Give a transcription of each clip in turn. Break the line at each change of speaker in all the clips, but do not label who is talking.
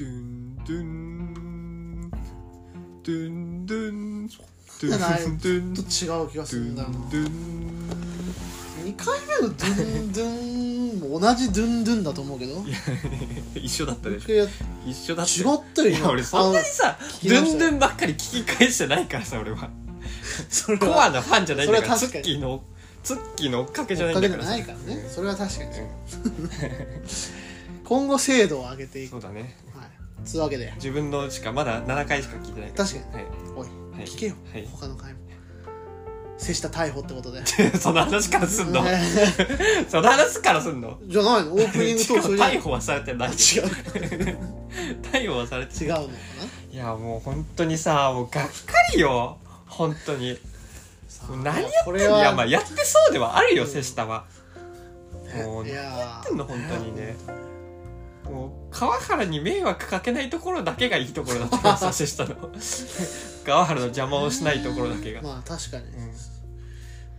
ドゥンドゥンドゥンド
じゃない
ゥンドゥン
ち
ド
ょっと違う気がするんだよな
ゥンドゥン
2回目のドゥンドゥンも同じドゥンドゥンだと思うけど
一緒だったでしょ
いや違
一緒だったよ
ったよ
いや
今
俺そんなにさ
聞き
ド
直し
ゥン
た
ドゥンばっかり聞き返してないからさ俺は
それは
コアなファンじゃないんだから
そ
ツッ
れは確かに
キーのツッキーの追っかけじゃな
追っ
い
か
ん
け
だ
で
か
も
らさ
ないからねそれは確かにそう今後精度を上げていく
そうだね
はいつうわけで
自分のしかまだ7回しか聞いてないから
確か
に、はい
おい
はい
聞けよ
はい
他の回も瀬下逮捕ってことで
その話からすんのその話からすんの
じゃないのオープニング
し
ト
かも
ークそれじゃない
逮捕はされて ない
違う
逮捕はされて
違うのかない
やもう本当にさもうがっかりよ本当に
さ
も
あ
う何やって
こ
ん
れ
の
はい
やまあやってそうではあるよ
うん
瀬下はもう
い
何や
や
ってんの本当にねもう川原に迷惑かけないところだけがいいところだった からさ瀬下の川原の邪魔をしないところだけが、
まあ確かに
うん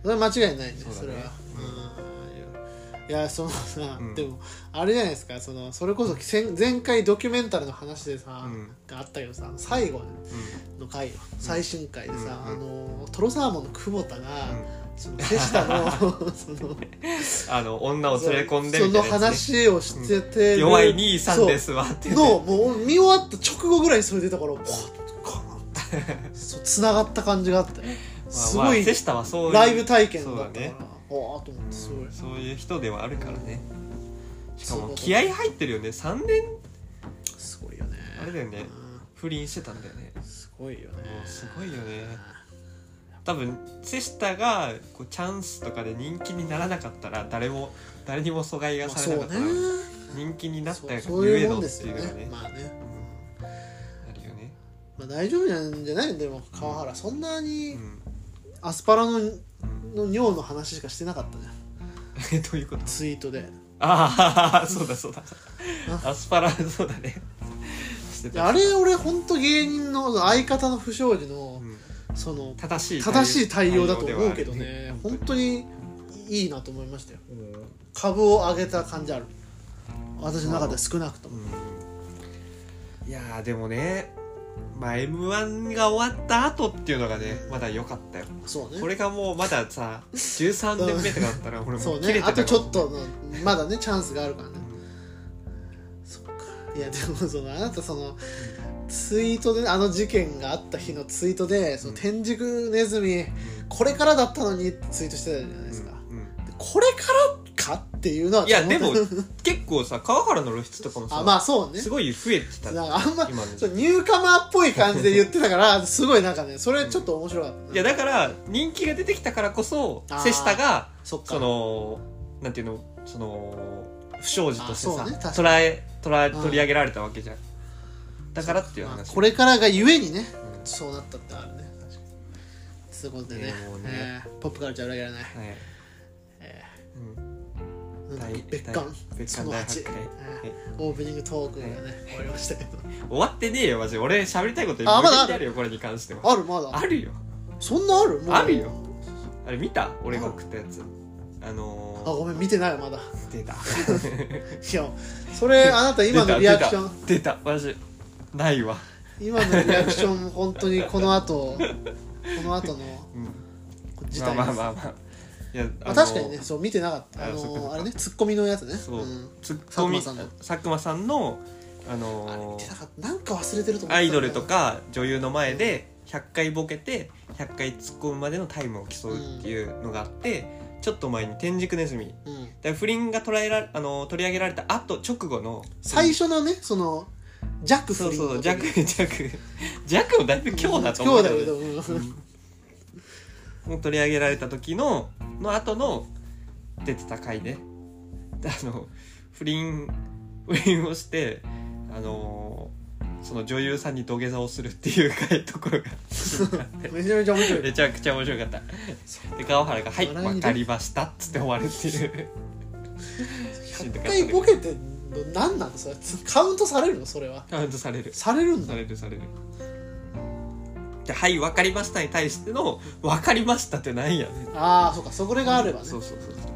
それは間違いないね
そうだね
それは
うん
うんいやそのさ
うん
でもあれじゃないですかそのそれこそ前前回ドキュメンタルの話でさ
うん
があったけどさ最後の回よ最新回でさ
うん
あのトロサーモンの久保田
うんう
が
ん
その瀬下の その
あの女を連れ込んで
そ
みた
の
いなやつね
話をしててる
弱い兄さんで
そ
すわって
う
ね
のもう見終わった直後ぐらいにそれ出たからこ そう繋がった感じがあってす
まあ
ご
まあ
い
瀬下はそういう
ライブ体験だった
そう
か
だ
ら
ね
おーっと思ってすごい
そういう人ではあるからねしか
そう
も
だ
気合入ってるよね3年
すごいよね
あれだよね
う
不倫してたんだよね
んすごいよね
もうすごいよね多分瀬下がこうチャンスとかで人気にならなかったら誰も誰にも阻害
ま
が
あ
され
そ
なか
う
った
ね
ら人気になった
そう
が
そう
ゆ
い
え
う
の
もん
っ
です
てい
よ
うのが
ね
ね
まあね
あるよね
まあ大丈夫なんじゃないでも川原そんな
う
に
ん
アスパラの
うん
の尿の話しかしてなかったね
えどういう こと
ツイートで
ああそうだそうだアスパラそうだねして
であれ俺ほんと芸人の相方の不祥事の
うん
その
正しい
正しい対応だと思うけど
対応では
ね
ある
本当にいいなと思いましたよ
うん
株を上げた感じある私の中では少なくとも
いやーでもね、まあ、m 1が終わった後っていうのがねまだ良かったよ
そうね
これがもうまださ13年目とかだったら俺も
そう
う切れ
ね
て
あ
た
とちょっ
と
とのまだねチャンスがあるからねそっかいやでもそのあなたそのツイートであの事件があった日のツイートでその天竺ネズミこれからだったのにってツイートしてたじゃないですか、でこれからかっていうのはい
やでも結構さ川原の露出とかもさ
あまあそうね
すごい増えてた
なんかあんま
今の
そうニューカマーっぽい感じで言ってたからすごいなんかねそれちょっと面白かったな、
いやだから人気が出てきたからこそ
あー
瀬下が
そっか
そのなんていうのその不祥事としてさ、
あそうね確かに
捉え捉え
うん
取り上げられたわけじゃんだからっていう
まあ
話
これからがゆえにね
うん
そうなったってあるね確かにそういうことでね,、
ねもうね
えーポップカルチャー裏切らない、
はい
え
うん
ーなんだっけ
大
別館
大別
そ
館
の
大
8
発会、はい
オープニングトークがね、
は
終わりましたけど
終わってねえよマジで俺喋りたいこといっ
あまだある
ぱいあるよこれに関しては
あるまだ
あるよ
そんなあるもう
あるよあれ見た俺が送ったやつあ
あ
の
ごめん見てないよまだい
ー、出 た
やそれあなた今のリアクション
出た出たマジないわ、
今のリアクション本当にこの後この後の
うん、
事
まあまあ
態です
まあまあいや、
ま
の
あ、確かにねそう見てなかった
あ
あ
そっかそっ
の
か
あれねツッコミのやつね
そう、
ん、
ツッコミ
佐久間さんの
佐久間さんのあ
あれ見
のー
てなかったなんか忘れてると思ったんだよな
アイドルとか女優の前で100回ボケて100回突っ込むまでのタイムを競うっていうのがあって、ちょっと前に天竺ネズミだから
うん
不倫が捉えらあのー取り上げられた後直後の
最初のねその弱
そう
不倫
そ
の
う
時
ジャクジャ クジャクもだいぶ今日だと思
う
うんけど
強だ
ね
けど、 うん
もう取り上げられた時のの後の出てた回ねあの不倫不倫をしてあのーその女優さんに土下座をするっていう回ところが
めちゃめちゃ面白い
めちゃくちゃ面白かったで川原が「はい
笑いに
分
出
かりました」っつって終わるってい うシーンとかあ
一
った
回
ね
ボケてんの何なのそれカウントされるのそれは
カウントされる
されるんだ
されるされるで「はい分かりました」に対しての「分かりました」ってなんやねん
ああそうかそこれがあればね
そうそうそうそ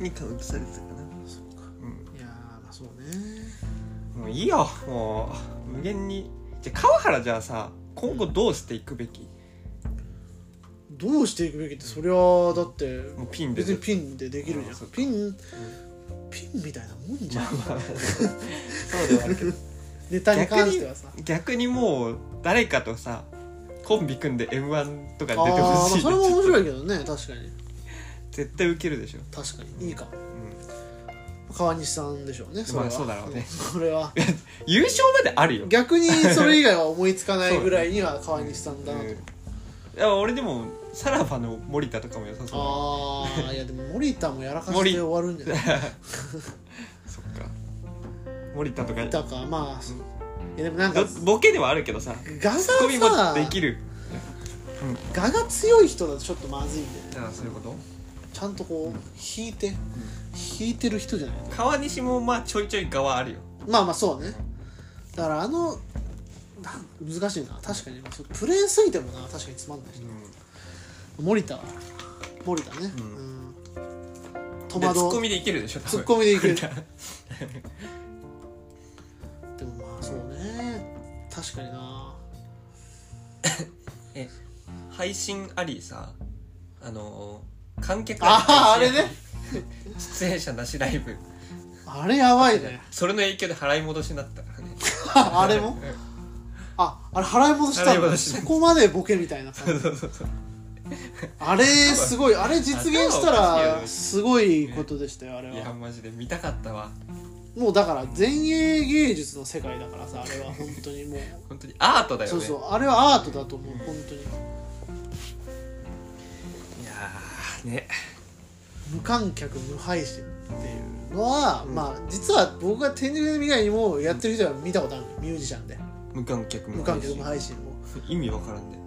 うにカウントされてたかな
そうかいやーまあそうね
うんもういいよもう無限にじゃあ川原じゃあさ今後どうしていくべき
どうしていくべきってそりゃだって
もうピンでずっ
別に
と
ピンでできるじ
あ
ゃ
そ
ん
っか
ピンピンみたいなもんじゃ
まあ
ん
まあそうではあるけど
ネタに関してはさ
逆にもう誰かとさコンビ組んで m 1とか
あ
に
ー、
出て
ま
ほ
あ、
しいね
それも面
ちょっ
白いけどね確かに
と絶対ウケるでしょ、
確かにいいかも
うん
川西さんでしょうねそれは、
まあそうだろうね
んそれは
優勝まであるよ
逆にそれ以外は思いつかないぐらいには川西さんだなと、
いや俺でもさらばの森田とかも良さそ
ああいやでも森田もやらかして終わるんじゃ
う
ない
そっか森田とか
森田かまあ、いやでもなんか
どボケではあるけどさ
ガが
ツッコミも
さ
できる
ガが強い人だとちょっとまずいんで
あそういうこと
ちゃんとこう引いて、引いてる人じゃない
川西もまあちょいちょい側あるよ
まあまあそうねだからあのなん難しいな確かにまあそうプレーンすぎてもな確かにつまんないし、森田は森田ね、
う
うんん
で
戸
ツッコ
惑う
ミでいけるでしょ多分
ツッコミで いけるでもまあそうね確かにな
え配信ありさあのー観客
あああれね
出演者なしライブ
あれやばいね
それの影響で払い戻しになったからね
あれもああれ払い戻した
払い
ん
戻
だ
し
そこまでボケみたいな 感じあれすごいあれ実現したらすごいことでしたよあ れ
いや
は
マジで見たかったわ
もうだから前衛芸術の世界だからさあれは本 当にもう
本当にアートだよね
そうそうあれはアートだと思う本当に
いやーね
無観客無配信っていうのは、まあ実は僕が天竺以外にもやってる人は見たことあるミュージシャンで
無観客
無観客無配信も、
意味わからんね、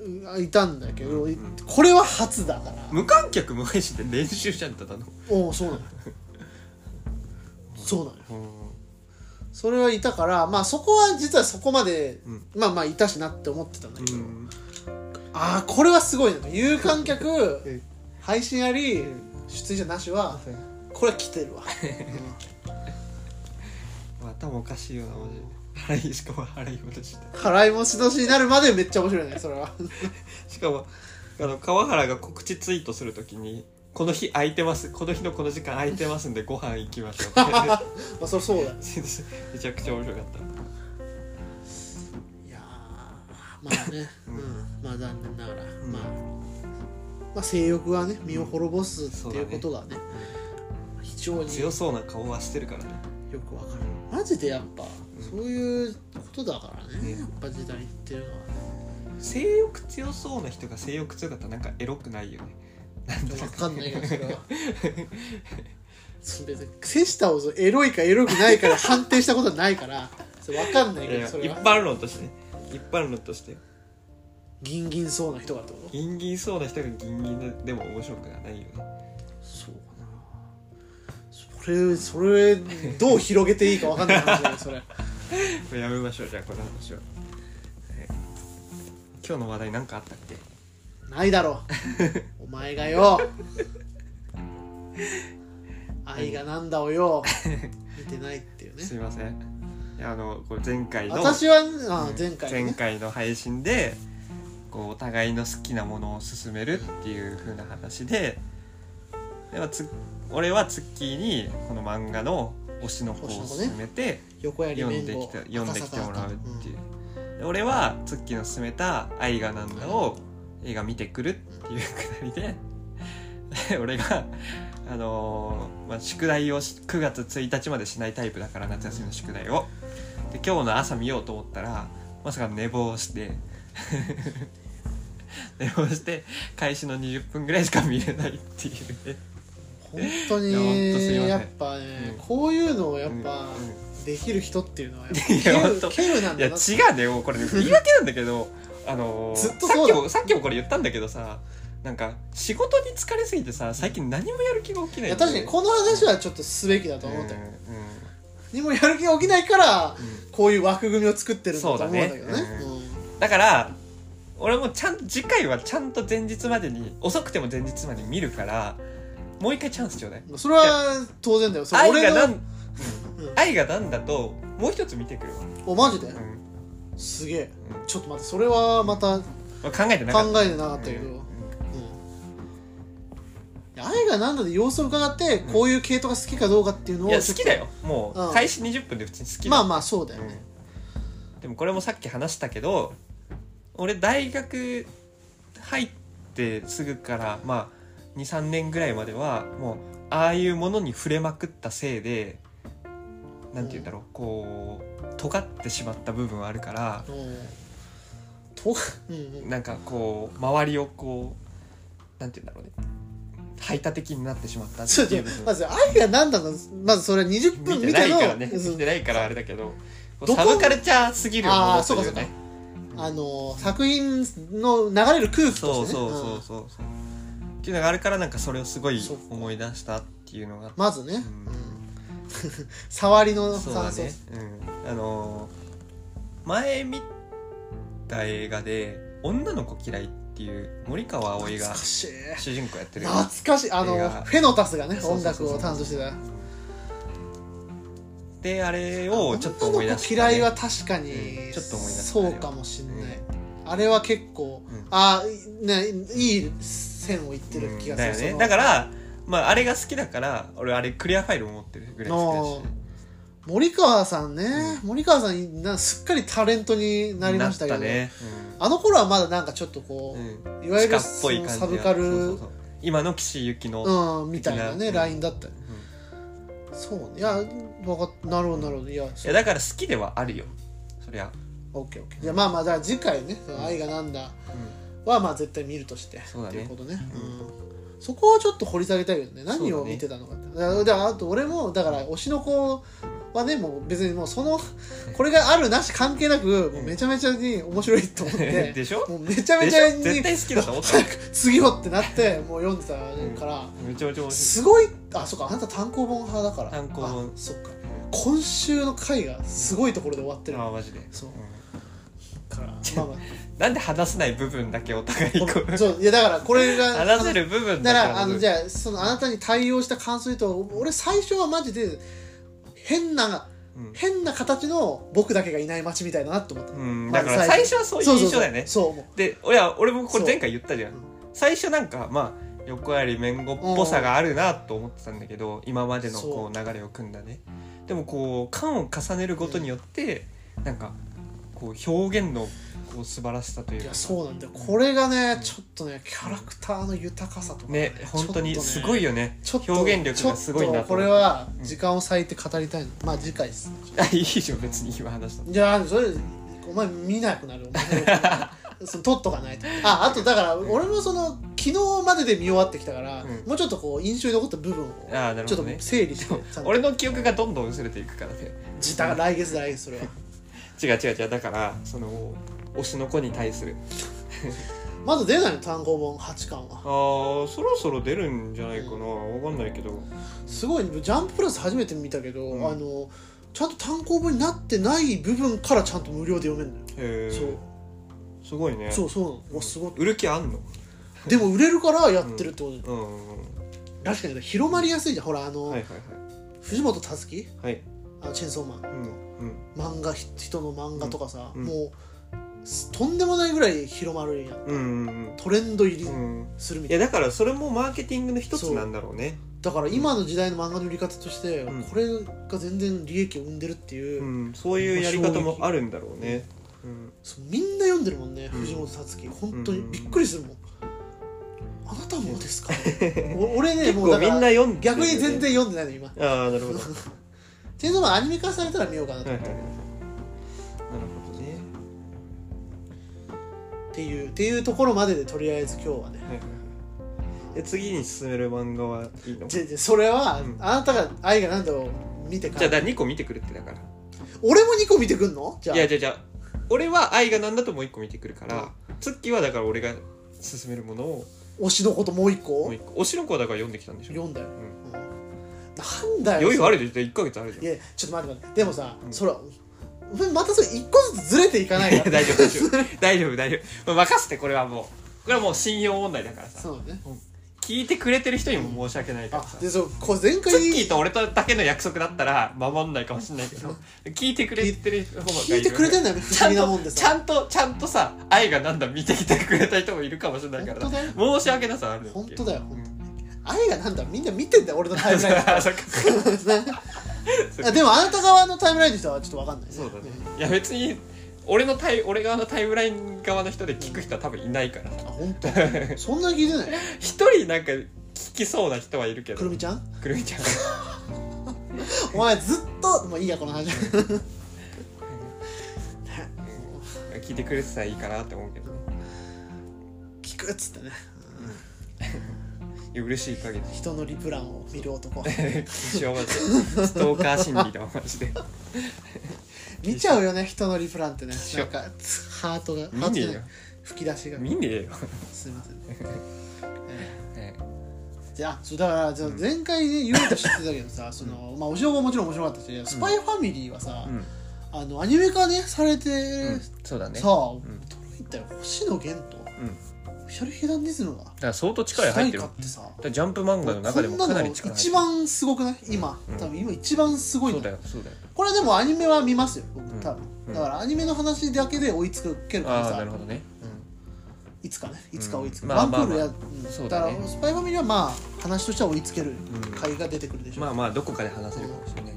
うんうん、いたんだけど、いこれは初だから
無観客無配信って練習しちゃっただの
おおそうな のよそうなのよ
うん
それはいたからまあそこは実はそこまで、
うん
まあまあいたしなって思ってたんだけど、ああこれはすごいなと有観客
うん
配信あり出演者なしはこれは来てるわ、うん
頭おかしいよなマジで払いしかも払い戻しで
払い戻し年になるまでめっちゃ面白いねそれは
しかもあの川原が告知ツイートするときに「この日空いてますこの日のこの時間空いてますんでご飯行きましょう」
まあそりゃそうだい
めちゃくちゃ面白かった
やーまあね、うん、まあ残念ながら、
ん
まあまあ性欲はね身を滅ぼすっていうことがね,、非常によ
強そうな顔はしてるからね
くわかるマジでやっぱそういうことだからね、
ね
やっぱ時代っていうのはね
性欲強そうな人が性欲強かったらなんかエロくないよねなんと
わ
な
かんないけどそれ はそう別に瀬下をそうエロいかエロくないから判定したことはないからそれわかんない
い
け
やいや
どそれ
一
は
般論として一般論として
ギンギンそうな人がってこと
ギンギンそうな人がギンギンででも面白くはないよね
そうかなそれそれどう広げていいか分かんない話だよそれ
これやめましょうじゃあこの話を、え今日の話題何かあったっけ
ないだろうお前がよ愛がなんだをよ見てないっていうね
すいませんいやあのこれ前回の
私はあ前回ね
前回の配信でこうお互いの好きなものを勧めるっていう風な話でではつ俺はツッキーにこの漫画の推しの子を
推しの子ね
勧めて
横やり
読ん
綿
で
棒
きて読んできてもらうっていう、で俺はツッキーの勧めた「愛がなんだ」を映画見てくるっていうくだりでで俺が、あのーまあ、宿題をし9月1日までしないタイプだから夏休みの宿題をで今日の朝見ようと思ったらまさか寝坊して 寝坊して開始の20分ぐらいしか見れないっていうね
本当に
いや本当すいません
やっぱね、こういうのをやっぱ、
うんう
できる人っていうのはやっぱ
いや本当
ケルケルなん
いや
だ
違
な
うねもうこ れね言い訳なんだけどあのー
ずっと
さっ
そう
き
だ
もさっきもこれ言ったんだけどさなんか仕事に疲れすぎてさ最近何もやる気が起きない
い
ん
や
だよ
確かにこの話はちょっとすべきだと思ったよ、
うんうん
にもやる気が起きないから、こういう枠組みを作ってるんだと思うんだけどね
そうだねだから俺もちゃんと次回はちゃんと前日までに遅くても前日までに見るからもう一回チャンスちょうだい
うんそれは当然だよそれ
愛が
俺
な
の
ん愛がなんだともう一つ見てくるわ、
おマジで、
うんうん
すげえちょっと待ってそれはまた考
まあ、考えてなかった
えてなかったけど、
う
うんんいや愛が何だで様子を伺ってこういう系統が好きかどうかっていうのを
いや
ちょ
好き
っと
だよも
う
うん開始20分で普通に好きだ
まあまあそうだよね、
うんでもこれもさっき話したけど俺大学入ってすぐからまあ23年ぐらいまではもうああいうものに触れまくったせいでなんて言うんだろうこう尖ってしまった部分はあるから
うんとうんうん
なんかこう周りをこうなんて言うんだろうね排他的になってしまったって
ちょっと
いう部分
まず愛が何だのまずそれは20分
見て
見
な
て
い
の
からね
うん
見てないからあれだけど
どこ
サブカルチャーすぎるも
あ
の
ー
と
そうか
い
そううか
ね
あの作品の流れる空気
そ
と
う
して
そうそうう
ね
んそうそう、っていうのがあるからなんかそれをすごい思い出したっていうのが
まずね、うん
ん
触りの
そうだねうんあのー前見た映画で「女の子嫌い」っていう森川葵
懐
が
かしい
主人公やってる
懐かしいあの
映画
フェノタスがね
そう
音
そうそう
楽
そう
を担当してた
であれをちょっと思い出して、
女の子嫌いは確かに、
うんちょっと思い出した
そうかもしんない、あれは結構、
うん
あーねいい線をいってる気
うん
がする、
だよ
そ
ね
の
だからまああれが好きだから俺あれクリアファイルも持ってるぐらい好きだし
森川さんね、森川さんなすっかりタレントになりましたけど
なったね、
あの頃はまだなんかちょっとこ
う
う、
ん
いわゆ
鹿
る
っぽい感じ
そのサブカル
そうそうそう今の岸由紀の、
うんみたいな
的な
ねラインだったよ
うんい
そうねいや分かったなるほどなるほどいやそう
やだから好きではあるよそりゃ、
オッケーオッケーじゃあまあまあだから次回ね「愛がなんだ
う」
はまあ絶対見るとして
そうだ
っ
ね
ていうことね
うん
うんそこをちょっと掘り下げたいけどね何
そう
を
だね
見てたのかってだからだからあと俺もだから推しの子はねもう別にもうそのこれがあるなし関係なくもうめちゃめちゃに面白いと思っ
ん、
て
でしょ
もうめちゃめ
で
ち
し
ゃ
ょ
に
絶対好きだと思った
早く次をってなってもう読んでたから、
めちゃめちゃ面白い
すごいあそっかあなた単行本派だから
単行本
あそっか今週の回がすごいところで終わってる
あ
か
あマジで
そうんらまあま
なんで話せない部分だけお互いこう
あそういやだからこれが
話せる部分
だ
だ
か
け
らあのじゃあそのあなたに対応した感想言うと俺最初はマジで変な
うん
変な形の僕だけがいない街みたいだなと思った、
うん、
ま
だ
ず
から最初はそういう印象だよね
そうそうそうも
で俺は俺もこれ前回言ったじゃん
そううん
最初なんかまあ横やり面後っぽさがあるなと思ってたんだけど今までのこう流れを組んだねでもこう感を重ねることによってなんかこう表現のこう素晴らしさというう
い
か
やそうなんだよこれがねちょっとねキャラクターの豊かさとか
ね本当にすごいよね
ちょっと
表現力がすごい
ちょ
な
っ
と
とこ
思
れ
う
は時間を割いて語りたいの、まあ次回です
あ いいじゃん別に今話した
じゃあそれお前見なく なるお前その取っとかないとああとだから俺もその昨日までで見終わってきたから、
うん
もうちょっとこう印象に残った部分を
あーなる
ち
ほ
ょ
ど
っ
ね
と整 理してちゃんと
俺の記憶がどんどん薄れていくからね
時短来月来月それは
違う違う違うだからその推しの子に対する
まだ出ないの単行本8巻
あ
は
ーそろそろ出るんじゃないかなわかんないけど
すごいねジャンププラス初めて見たけど、
うん
あのちゃんと単行本になってない部分からちゃんと無料で読めるのよ、
へえすごいね
そうそうそうなのうわすごい
売る気あんの
でも売れるからやってるってことだよ
うんうんうん
確かに広まりやすいじゃんほらあの、
はいはい
藤本つ樹
はいはい
あのチェーンソーマン
うんうん
漫画ひ人の漫画とかさ、
うんうん
もうすとんでもないぐらい広まるんやん
うんうん
トレンド入り
うんうん
するみ
い
たい
や
な、
だからそれもマーケティングの一つなんだろうね
だから今の時代の漫画の売り方として、
うん
これが全然利益を生んでるっていうう、
んそういうやり方もあるんだろうねうん
そうみんな読んでるもんね、
うん
藤本つ樹本当に
うん
びっくりするもん、あなたもですかお俺ね
結
もうだ
構み
か
ん
ら
な読んでる
逆
よね
に全然読んでないの今
ああなるほど
チェーンソーマンアニメ化されたら見ようかなと、
はいはい
っ
はいなるほどね
ていうっていうところまででとりあえず今日はね
はいはいはいえ次に進める漫画はいいのじ
じゃじゃそれは、
うん
あなたが愛が何だろう見てか
ゃあ
ら
だ2個見てくるってだから
俺も2個見てくんのじゃあ
いやじゃあじゃあ俺は愛がなんだともう1個見てくるからツッキーはだから俺が進めるものを
推しのこともう1個
もう1個推しの子はだから読んできたんでしょ
読んだよ、
ん
うんなんだよ
余裕あ
る
るでしょ1ヶ月あるじゃん
いやちょっと待って待ってでもさ、
うん
それはお前またそれ1個ずつずれていかない
いや
から
大丈夫大丈夫大丈夫大丈夫任せてこれはもうこれはもう信用問題だからさ
そうだね
うん聞いてくれてる人にも申し訳ないから
あ
さ
でそうこう前回
ツッキーと俺とだけの約束だったら守んないかもしれない けど聞いてくれてる方が
聞いてくれてんだよね不
ちゃ
思
ん
議なもんで
とちゃ
さ
んとちゃんとさ愛がなんだ見てきてくれた人もいるかもしれないから
本当だ
申し訳なさあるけど
本当だよ
うん
愛がなんだみんな見てんだよ俺のタイムライン
そっか
あでもあなた側のタイムラインの人はちょっとわかんないね
そうだねいや別に俺のタイ俺側のタイムライン側の人で聞く人は多分いないから
あ本当。そんなに聞 いてない
一人なんか聞きそうな人はいるけど
くるみちゃん
くるみちゃん
お前ずっともういいやこの 話
聞いてくれてたらいいかなって思うけどね
聞くっつってね
いや嬉しい限り
人のリプランを見る男
一生マジでストーカー心理だわマジで
見ちゃうよね人のリプランってね
し
な
ょ
んかつハートがハー
見
ト
ね
じ
え
ゃ
よ
ない吹き出しが
見ねえよ、
すいません、ねえ
ね
えじゃあそうだからじゃあ前回ね言おうとしてたけどさその、まあ、お嬢ももちろん面白かったし「スパイファミリー」はさ、
うん
あのアニメ化ねされて、
うんそうだね
さあ、
ん
驚いたよ星野源と
うん、だ
ヒャルヒダンディズムが
から相当力
主
入っ
題
てる
歌っ
だか
てさ
らジャンプ漫画の中でも
こ
か
ん
な
な
り
の
力入って
一
る
番すごくない今、
うん
多分今一番すごい
そ
の
うだよそうだよ
これでもアニメは見ますよ僕
うん
多分、
うん
だからアニメの話だけで追いつける可能
ああ
性
な
ある
るほどね、
いつかねいつか追いつく、
うんまあ
ワンクールや、
ま
うん
そう
だ
だね
からスパイファミリーはまあ話としては追いつける
ん
回が出てくるでしょう、
まあまあどこかで話せるかもしれない、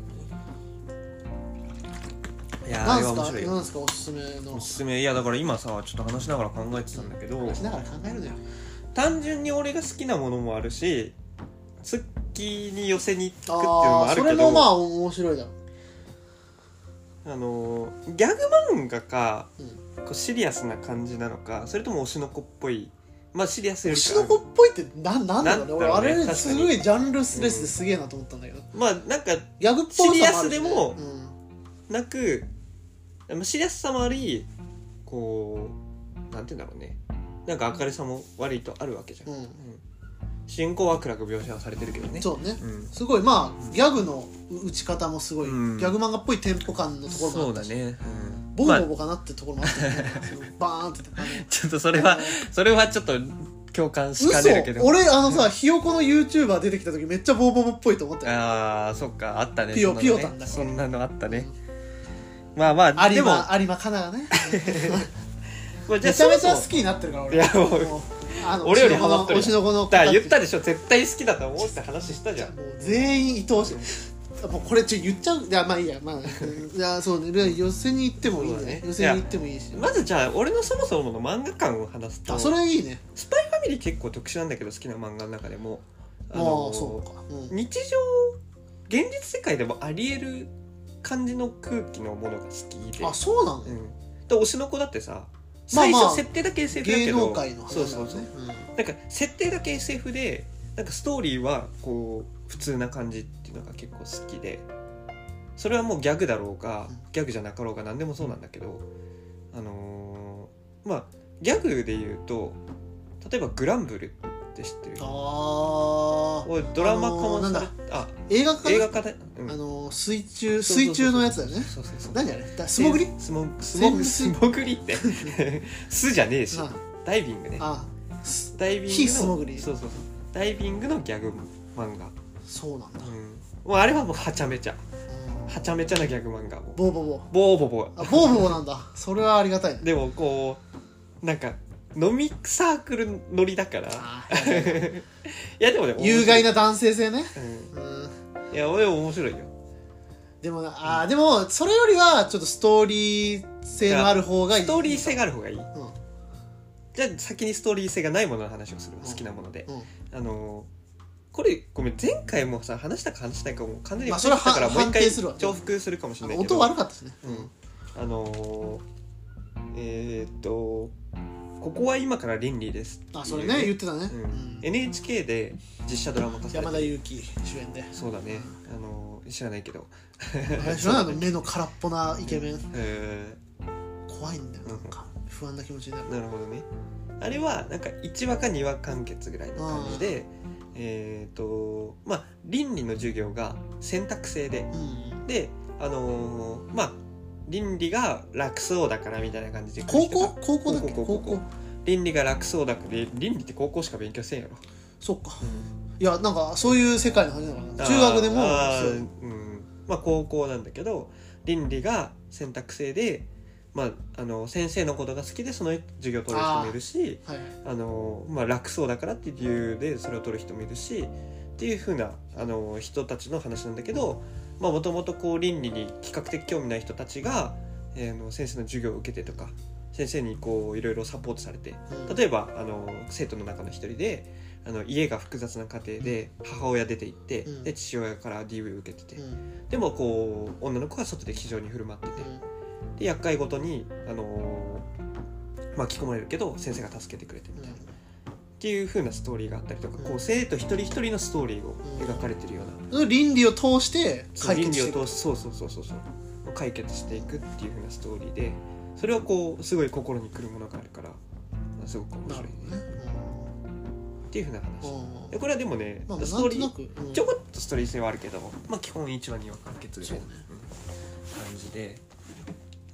いやーあ
な
れは
んす
面
か
白い
なん
よ
すかおすすめの
おすすめいやだから今さちょっと話しながら考えてたんだけど
話しながら考えるのよ
単純に俺が好きなものもあるしツッキーに寄せに行くっていうのも
あ
あ
あ
る
そ
け
れ
ど
もまあ面白いだろ
あのーギャグ漫画か
う、
こうシリアスな感じなのかそれとも推しの子っぽいまあシリアスより
牛
か
の子っぽいってなんなんだろうね
なんだろうね
俺
確か
あれ
に
すごいジャンルスレスですげえなと思ったんだけど、
まあなんか
ギャグっぽさも
シ
あるしね
リアスでも
うん
なくまあシリアスさもありこうなんて言うんだろうねなんか明るさも悪いとあるわけじゃん、
う
うん
ん
進行は暗く描写はされてるけどね
そうね
うん
すごいまあギャグの打ち方もすごい、
うん
ギャグ漫画っぽいテンポ感のところも
そ
あ
う
った
だ
し、
ね、
ボン
まあ
ボボかなってところもあったよね、そのバーンって感じ
ちょっとそれはそれはちょっと共感しかねるけど
嘘俺あのさひよこの YouTuber 出てきた時めっちゃボーボボっぽいと思ったよ
ああそっかあったね
ピヨ
そんなのね
ピヨタンだっけ
そんなのあったね、まあまあ
有
でも
馬有馬かながね
これじゃ
め
あ
ちゃめち
そも
ゃ好
そも
きになってるから俺
いやもう
うあの
俺よりハマってる
推しの子の子
だから
たち
言ったでしょ絶対好きだと思うって話したじゃん
もう全員愛おしいもうこれちょ言っちゃういやまあいいやまあいやそうねで予選に行ってもいい
そうだ
ね
ね
予選に行ってもいいし
まずじゃあ俺のそもそもの漫画感を話すと
あそれいいね
スパイファミリー結構特殊なんだけど好きな漫画の中でも
あ
あ
あ
の
そうかうん
日常現実世界でもありえる感じの空気のものが好きで
あそうなの
うん、で推しの子だってさ
まあ
最
まあ
初設定だけ SF だけ
芸
ど、
能界の話
そう
だ
そ
もん
う
ね
そうなんか設定だけ SF でなんかストーリーはこう普通な感じっていうのが結構好きでそれはもうギャグだろうが
うん
ギャグじゃなかろうが何でもそうなんだけどあのーまあギャグで言うと例えば「グランブル」って知ってる
うんああ
俺ドラマ化も
あの
さ
ーなん
れ
だ
あ
映画か
映
な
画化で、うん
あのー水中
そうそうそ
水
う
中のやつだよね
そうそうそう
何あれだ素潜り
え素潜素潜
水
素潜りって 素じゃねえし
あ
ダイビングね
あす
ダイビングの
非素潜り
そうそうそうダイビングのギャグ漫画
そうなんだ、
もうあれはもうはちゃめちゃ
うん
はちゃめちゃなギャグ漫画も
ボーボーボ
ボ
ー
ーボーボ
あボーボーなんだそれはありがた いね
ーでもこうなんか飲みサークル乗りだから
あ
いやでもね
有害
な、
な男性性ね
う
うん
ん、いや俺面白いよ
でもなあーでもそれよりはちょっとストーリー性のある方がいい
ストーリー性がある方がいい
うん
じゃあ先にストーリー性がないものの話をするわ
うん
好きなもので、
うん
あのーこれごめん前回もさ話したか話してないかもう完全に
まあ
忘れてたから、
そ
もう
れは
一
判
回
定するわ
重複するかもし
あ
れな
の
いけ
音
ど
悪かったしね
うんあのーえーっと「ここは今から倫理です」
あそれね言ってたね、
う
うんん
NHK で実写ドラマ化され
山田
てる
裕貴主 演で
そうだねあのー知らないけど
知らないあの目の空っぽなイケメン、
え
怖いんだよなんか不安な気持ちになる
ーなるほどねあれはなんか1話か2話完結ぐらいの感じでえーっとまあ倫理の授業が選択制で
うん
であのーまあ倫理が楽そうだからみたいな感じで
高校高校だっけ
高校高
高校
校倫理が楽そうだけど倫理って高校しか勉強せんやろ
そっかいやなんかそういう世界の話なのかな中学でも
あ
そう
ーうんまあ、高校なんだけど倫理が選択制で、まあ、あの先生のことが好きでその授業を取る人もいるし
はい
あの、まあ、楽そうだからっていう理由でそれを取る人もいるしっていうふうなあの人たちの話なんだけどもともと倫理に比較的興味ない人たちが、えーあの先生の授業を受けてとか先生にこういろいろサポートされて
うん
例えばあの生徒の中の一人であの家が複雑な家庭で母親出て行って、
うん
で父親から DV を受けてて、
うんうん
でもこう女の子が外で非常に振る舞ってて、で厄介ごとに、あのー巻き込まれるけど先生が助けてくれてみたいな、っていう風なストーリーがあったりとか、
うん
こう生徒一人一人のストーリーを描かれてるような、
その倫理を通して
そう
解
倫理
決してい
を
く
通しそうそうそうそうそう解決していくっていう風なストーリーでそれはこうすごい心にくるものがあるからすごく面
な
白い
る
ね
ほどね
っていう風な話。
うんうん
でこれはでもね、
まあ
ス
な
トー
ん
リ
と
ー
なくうん
ちょこっとストーリー性はあるけど、まあ、基本1話2話完結みたいな、
そうね
うん感じで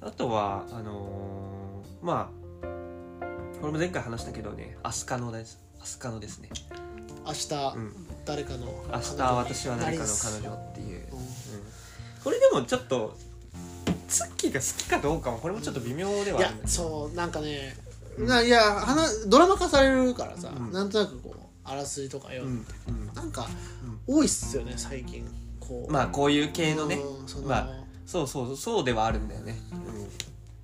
あとはあのーまあこれも前回話したけどねアスカのですアスカのですね
明日
ん
誰かの
「明日私は誰かの彼女」っていう、うんこれでもちょっとツッキーが好きかどうかもこれもちょっと微妙で
うん
はいあ
や
るんだけど
そうなんかねないや話ドラマ化されるからさ
うん
なんとなくこうあらすじとかよ
うんうん
なんか
うん
多いっすよね最近こう
まあこういう系のね
うんその
まあそうそうそうではあるんだよね、う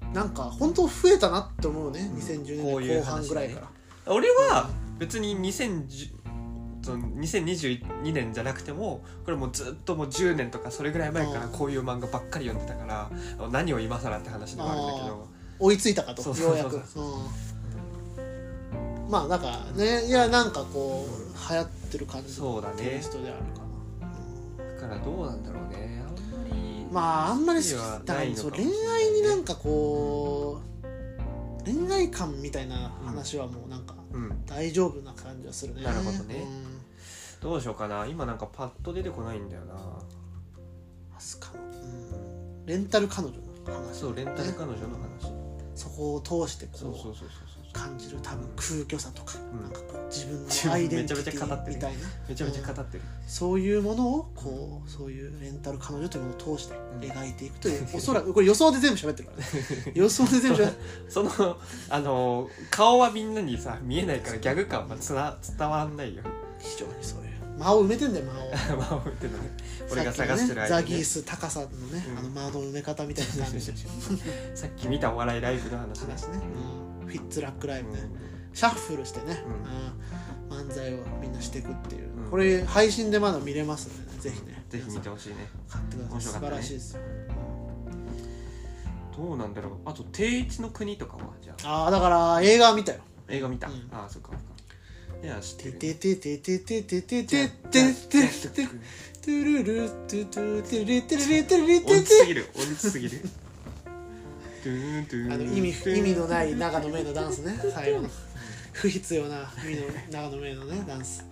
ん
なんか本当増えたなって思うね2010
こうい
年
う
後半ぐらいから
俺は別に2010その2022年じゃなくてもこれもうずっともう10年とかそれぐらい前から
うん
こういう漫画ばっかり読んでたから何を今更って話ではあるんだけど
追いついたかと
そう
よ
そうそ
うや
うそう
くうんまあなんかねいやなんかこう流行ってる感じの
そうだ
テイ
ね
ストであるかな
だからどうなんだろうねあんまり
まああんまり
好きで
好きだ
は
か
ないの
ら
か
そ
もし
う
れ
恋
ないね
愛になんかこう恋愛感みたいな話はもうなんか
うん
大丈夫な感じはするね
なるほどね
うん
どうしようかな今なんかパッと出てこないんだよな
明日かうんレンタル彼女の話
そうレンタル彼女の話
そこを通してこう
そうそうそうそうそう
感じる多分空虚さとか,、
うん
なんかこう自分のアイデンティティみたいな
めちゃめちゃ語ってる
そういうものをこうそういうレンタル彼女というものを通して
ん
描いていく という、おそらくこれ予想で全部喋ってるからね予想で全部喋って
そのあの顔はみんなにさ見えないからギャグ感はつな伝わんないよ
非常にそういう間を埋めてんだよ間 を
まあ置いてるね俺が
さっきの
探してる
ね、
間
ザ
に
ギ
ね
ース高さんのね、
うん
あの間の埋め方みたいな感じの
さっき見たお笑いライブの話ね
話ね、うんフィッツラックライ
う
ブ
ん
ね、シャッフルしてね、
うん
うん漫才をみんなしていくっていう、
うん
これ配信でまだ見れますんでねぜひね
ぜひ見て
皆
ほしいね
さん買ってください、
面白か
素
った
晴
ね
らしいですよ
どうなんだろうあと定一の国とかはじゃあ
ああだから映画見たよ
映画見た、
うん
ああそっかそっかいや知って
て
る、
てててててててて
じゃあ
ててて
じゃあ
てトゥルルトゥトゥテレテレテレ
音
テ
痴す
テ
ぎる音痴すぎ るドゥーンドゥーン
あの意味意味のない長野めのダンスね最後の不必要な意味の長野めのねダンス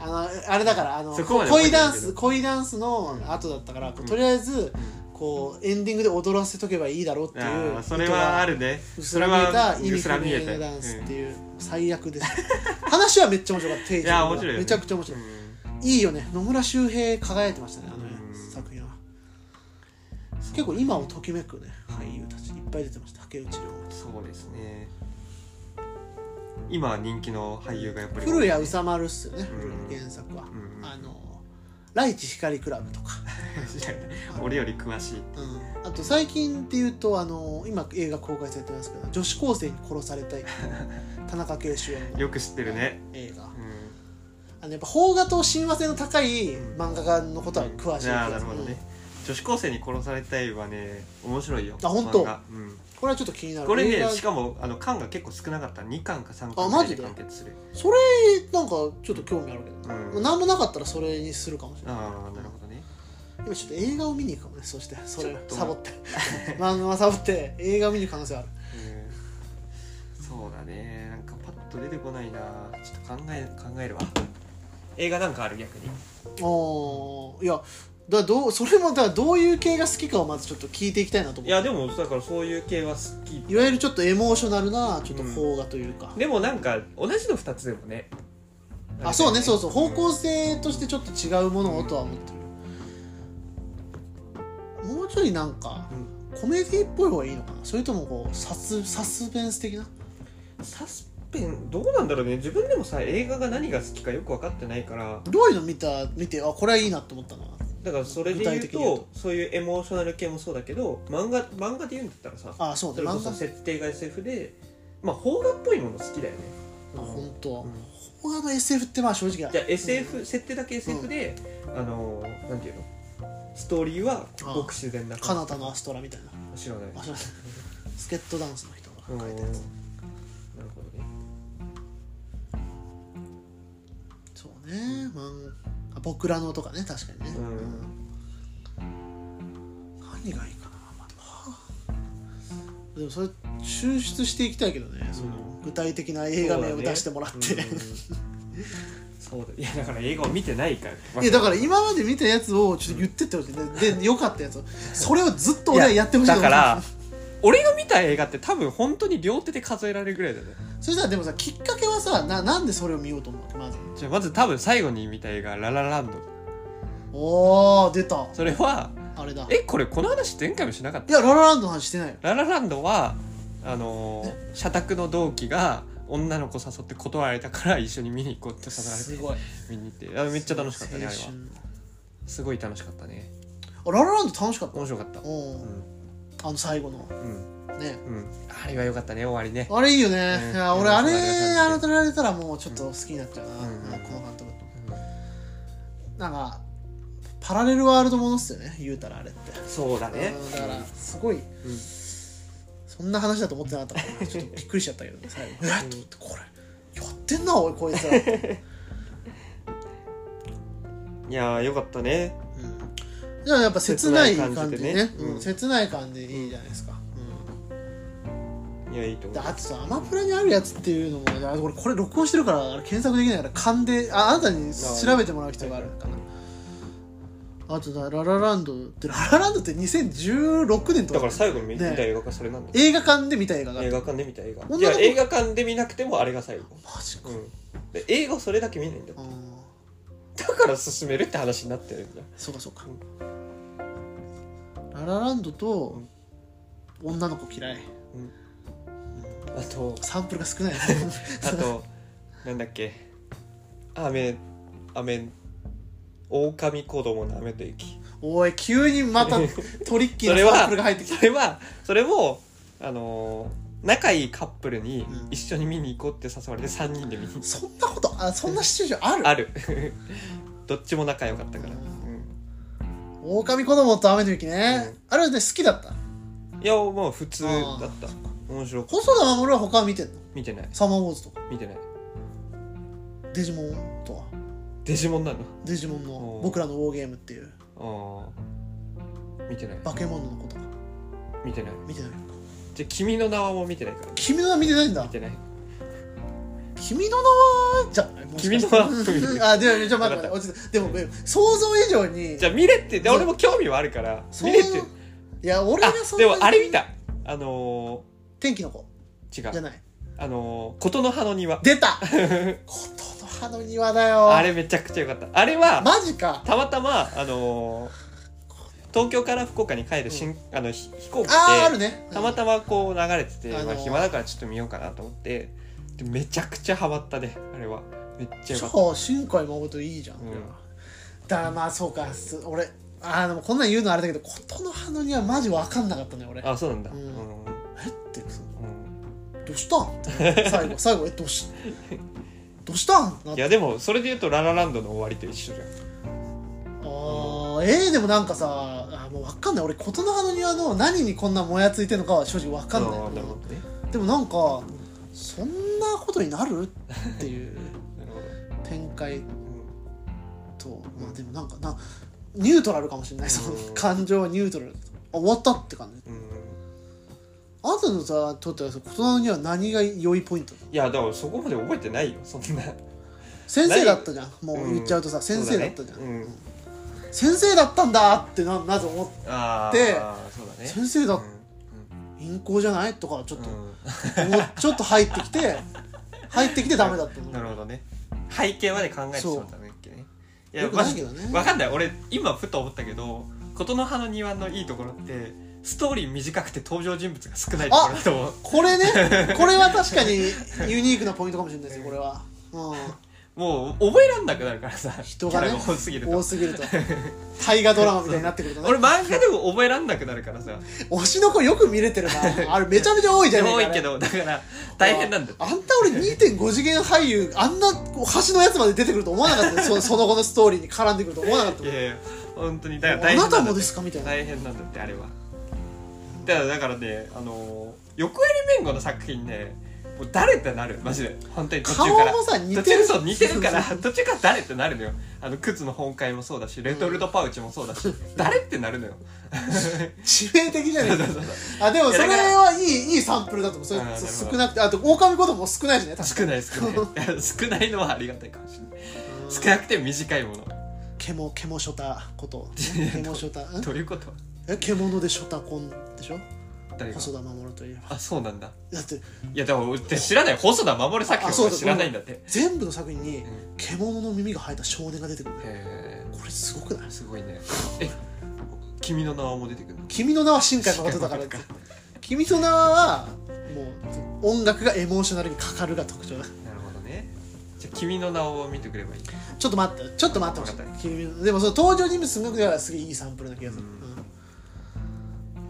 あのあれだからあの
そこまで覚えてる
恋
けど
ダンス恋ダンスの後だったからこうとりあえずこうエンディングで踊らせとけばいいだろうってい
あ
う
あそれはあ
る
るね
う
そ
す
れ
ら見えた
は
意味
薄
不
ら見え
明
た
なダンスって
うん
いう最悪です話はめっちゃ面白かった定
いや面白いよね
めちゃくちゃ面白いいいよね野村周平輝いてましたねあのね
うん
作品は結構今をときめくね俳優たちいっぱい出てました竹内涼
そうですね今人気の俳優がやっぱり
真古谷宇佐丸っすよね
うん
古谷原作は
ん
あの「ライチ光クラブ」とか、
知らない 俺より詳しい
うん、あと最近っていうとあの今映画公開されてますけど女子高生に殺されたいっていう田中圭主演の
よく知ってるね、
映画
うん、
あのやっぱ邦画と親和性の高い漫画家のことは詳し
あ
い気
あ
が
な
す
る
る
ほどね、女子高生に殺されたいはね面白いよ
あ本当
漫画うん、
うんこれはちょっと気になる
これ
映
ね
画
しかもあの巻が結構少なかった2巻か3巻
あ
ぐら
マ
い
ジ
で
で
完結する
それなんかちょっと興味あるけどな、
うん
何もなかったらそれにするかもしれない
ああなるほどね
今ちょっと映画を見に行くかもねそしてそれ
ちょっと
サボって 漫画はサボって映画を見に行く可能性ある
うんそうだねなんかパッと出てこないなちょっと考え考えるわ映画なんかある逆に
おーいやだどうそれもだからどういう系が好きかをまずちょっと聞いていきたいなと思
いう
い
やでもだからそういう系は好き
わゆるちょっとエモーショナルなちょっと邦画というか、
でもなんか同じの2つでもね
あそうねそうそう方向性としてちょっと違うものをとは思ってるもうちょいなんかコメディっぽい方がいいのかなそれともこうサスサスペンス的な
サスペンどうなんだろうね自分でもさ映画が何が好きかよく分かってないから
どういうの見た見てあこれはいいなと思ったな
だからそれで
具
言
体
う
的に言う
とそういうエモーショナル系もそうだけど漫画漫画で言うんだったらさ
あそう
そ
ね
れこ
漫
そ
画
設定が SF でまあ邦画っぽいもの好きだよね
あ本当
うん
邦画の SF ってまあ正直
じゃあ SF、設定だけ SF で、あのーなんていうのストーリーはごく自然な
カナ
感
ダのアストラみたいな
じ知らない
あそうスケットダンスの人
うん
が
な
書
る
いたやつ
ほどね
そうね、漫画僕らのとかね確かにね、
うん
うん何がいいかな、まあでもそれ抽出していきたいけどね、その具体的な映画名を出してもらって、
そうだね,うん、そうだいやだから映画を見てないから
いやだから今まで見たやつをちょっと言ってってほしい、でで良かったやつをそれをずっと俺はやってほしい
い
と
やだ
思う
から俺が見た映画って多分本当に両手で数えられるぐらいだね
それさでもさきっかけはさななんでそれを見ようと思うのまず
じゃあまず多分最後に見た映画「ララランド
おー出た」
それは
あれだ
えこれこの話前回もしなかった
いやララランドの話してないよ
ララランドはあのー社宅の同期が女の子誘って断られたから一緒に見に行こうって誘われ
す
て
ごい
見に行ってあめっちゃ楽しかったねあれは
青春の
すごい楽しかったね
あララランド楽しかった
面白かった
お
う
ー
ん
あの最後の
うん
ね
うんあれは良かったね終わりね
あれいいよね、
うん
いや俺あれ
そうだね
やられたらもうちょっと好きになっちゃうな、
うん
あこの監督なんかパラレルワールドものっすよね言うたらあれって
そうだね
うんだからすごい、
ん
そんな話だと思ってなかったからちょっとびっくりしちゃったけど最後えっと思ってこれやってんなおいこいつらって、
いやー良かったね
うん、でもやっぱ切ない
切ない感
感
じ
じ
で
ね
ね
うん
うん
切ない感じでいいじゃないですか、
いやいいと
うん
思
で
う
あとさアマプラにあるやつっていうのもいや俺これ録音してるからあれ検索できないから勘でああなたに調べてもらう必要があるかなあとだララランドってララランドって2016年と
だ
か
から最後に見た
ね
映画がそれなんだ
映画館で見た映画があ
映
る
画館で見た映画
女の
い
子
や映画館で見なくてもあれが最後
マジか、
うんで映画をそれだけ見ないんだ
あー
だから進めるって話になってるんだ
そうかそうか、ララランドと、女の子嫌い
あと
サンプルが少ないね
あとなんだっけ雨雨狼子供の雨と雪
おい急にまたトリッキー
それ
な
は
サンプルが入ってきた
それはそれもあのー仲いいカップルに
うん
一緒に見に行こうって誘われて3人で見に行っ
そんなことあそんなシチュエーションある
たある どっちも仲良かったから、うん
狼子供と雨の雪ね、
うん
あれはね好きだった
いやまあ普通だった
あ
面白く
細田守は他見てんの
見てない
サマーウォーズとか
見てない
デジモンとか
デジモンなの
デジモン
お
の
う
僕らのウォーゲームっていう
ああ見てない
化け物の子とか
見てない
見てないのか
じゃあ君の名はもう見てないから
君の名見てないんだ
見てない
君の名はじゃないもしか
君
して
の名は見て
うん あでもちょっと待って
わか
落ち着いてでもでも想像以上に
じゃあ見れってで俺も興味はあるから
そう
見れって
いや俺が
あ
そん
で
な
もあれ見たあの
天気の子
ー、
じ
違
ゃ
う
ない
あのー、琴の葉の庭
出たことの葉の庭だよ
あれめちゃくちゃ良かったあれは
マジか
たまたまあのー、東京から福岡に帰る新、あのひ飛行機で
あーあるね
たまたまこう流れてて、
あのー
まあ、暇だからちょっと見ようかなと思ってでめちゃくちゃハマったねあれはめっちゃ良かった
そう新海誠いいじゃん、
うん
だからまあそうかす俺あーでもこんなん言うのあれだけどことの葉のにはマジ分かんなかったね俺え
あそうなんだう、
うんん
うん
ってそうどうしたんって最後最後えどうしどうしたんってなっ
い
て
やでもそれで言うと「ララランド」の終わりと一緒じゃん
あーえー、でもなんかさあーもう分かんない俺ことの葉の庭の何にこんなもやついてるのかは正直分かんない
あーなるほどね
でもなんかそんなことになるっていう
なるほど、
展開
うん
とまあでもなんかなニュートラルかもしれないその感情はニュートラルあ終わったって感じ
うん
あなたのさとってはさ大人には何が良いポイントだ
いやだからそこまで覚えてないよそんな
先生だったじゃんも
うん
う言っちゃうとさ、先生だったじゃん、
そうだねうん
先生だったんだってななぜ思っ
ああ
で
そうだね
て先生だ
うん
陰行じゃないとかちょっ
うん
と、もうちょっと入ってきて入ってきてダメだった
うん
の
なるほどね背景まで考えてしまったんだっけねいや
よく
ま
ない
ず
けどね
わかんない俺今ふと思ったけど琴の葉の庭のいいところってストーリー短くて登場人物が少ないところだと思う
これねこれは確かにユニークなポイントかもしれないですよこれは、う
もう覚えらんなくなるからさ
人がね
キャラが多すぎる
ん、多
と
すぎると大河ドラマみたいになってくるとね
俺漫画でも覚えらんなくなるからさ
推しの子よく見れてるなあれめちゃめちゃ多いじゃねえか
多い
あれ
けどだから大変なんだよ
あんた俺2.5次元俳優あんな端のやつまで出てくると思わなかったよそその後のストーリーに絡んでくると思わなかった
い
もん
やいや本当にだから
あ
大変
な
だ
た
よ
もですかみたいな
大変なんだってあれはだからだからねあのー横やり弁護の作品ねもう誰ってなるマジで本当に途中から
顔もさ似てる
途中そう似てるから
そう
途中から誰ってなるのよあの靴の本壊もそうだしレトルトパウチもそうだし、誰ってなるのよ
致命的じゃ
そ
な
う
い
そう
か
そう
あでもそれ
いやだか
はいいいいサンプルだと思うそれ
あーなるほど
少なくてあと狼子供も少ないしね確か
少ない少ないいや少ないのはありがたいかもしれない少なくて短いもの
獣獣ショタ こと
いや
獣ショタん
どういうこと
え獣でショタコンでしょ
誰が
細田守といえば
あそうなんだ
だって
いやでも俺って知らない細田守作
あ
品
そう
は
だ
知らないんだってへ
全部の作品に
う
獣の耳が生えた少年が出てくるのよ
え
これすごくない
すごいねえ君の名はも出てくるの
君の名は新海誠だから
新海誠
君の名はもう音楽がエモーショナルにかかるが特徴だ
なるほどねじゃあ君の名を見てくればいい
ちょっと待ってちょっと待ってほしい
わかっ
君のでもその登場人物すごくだからすげえいいサンプルな気がする、
うん
うん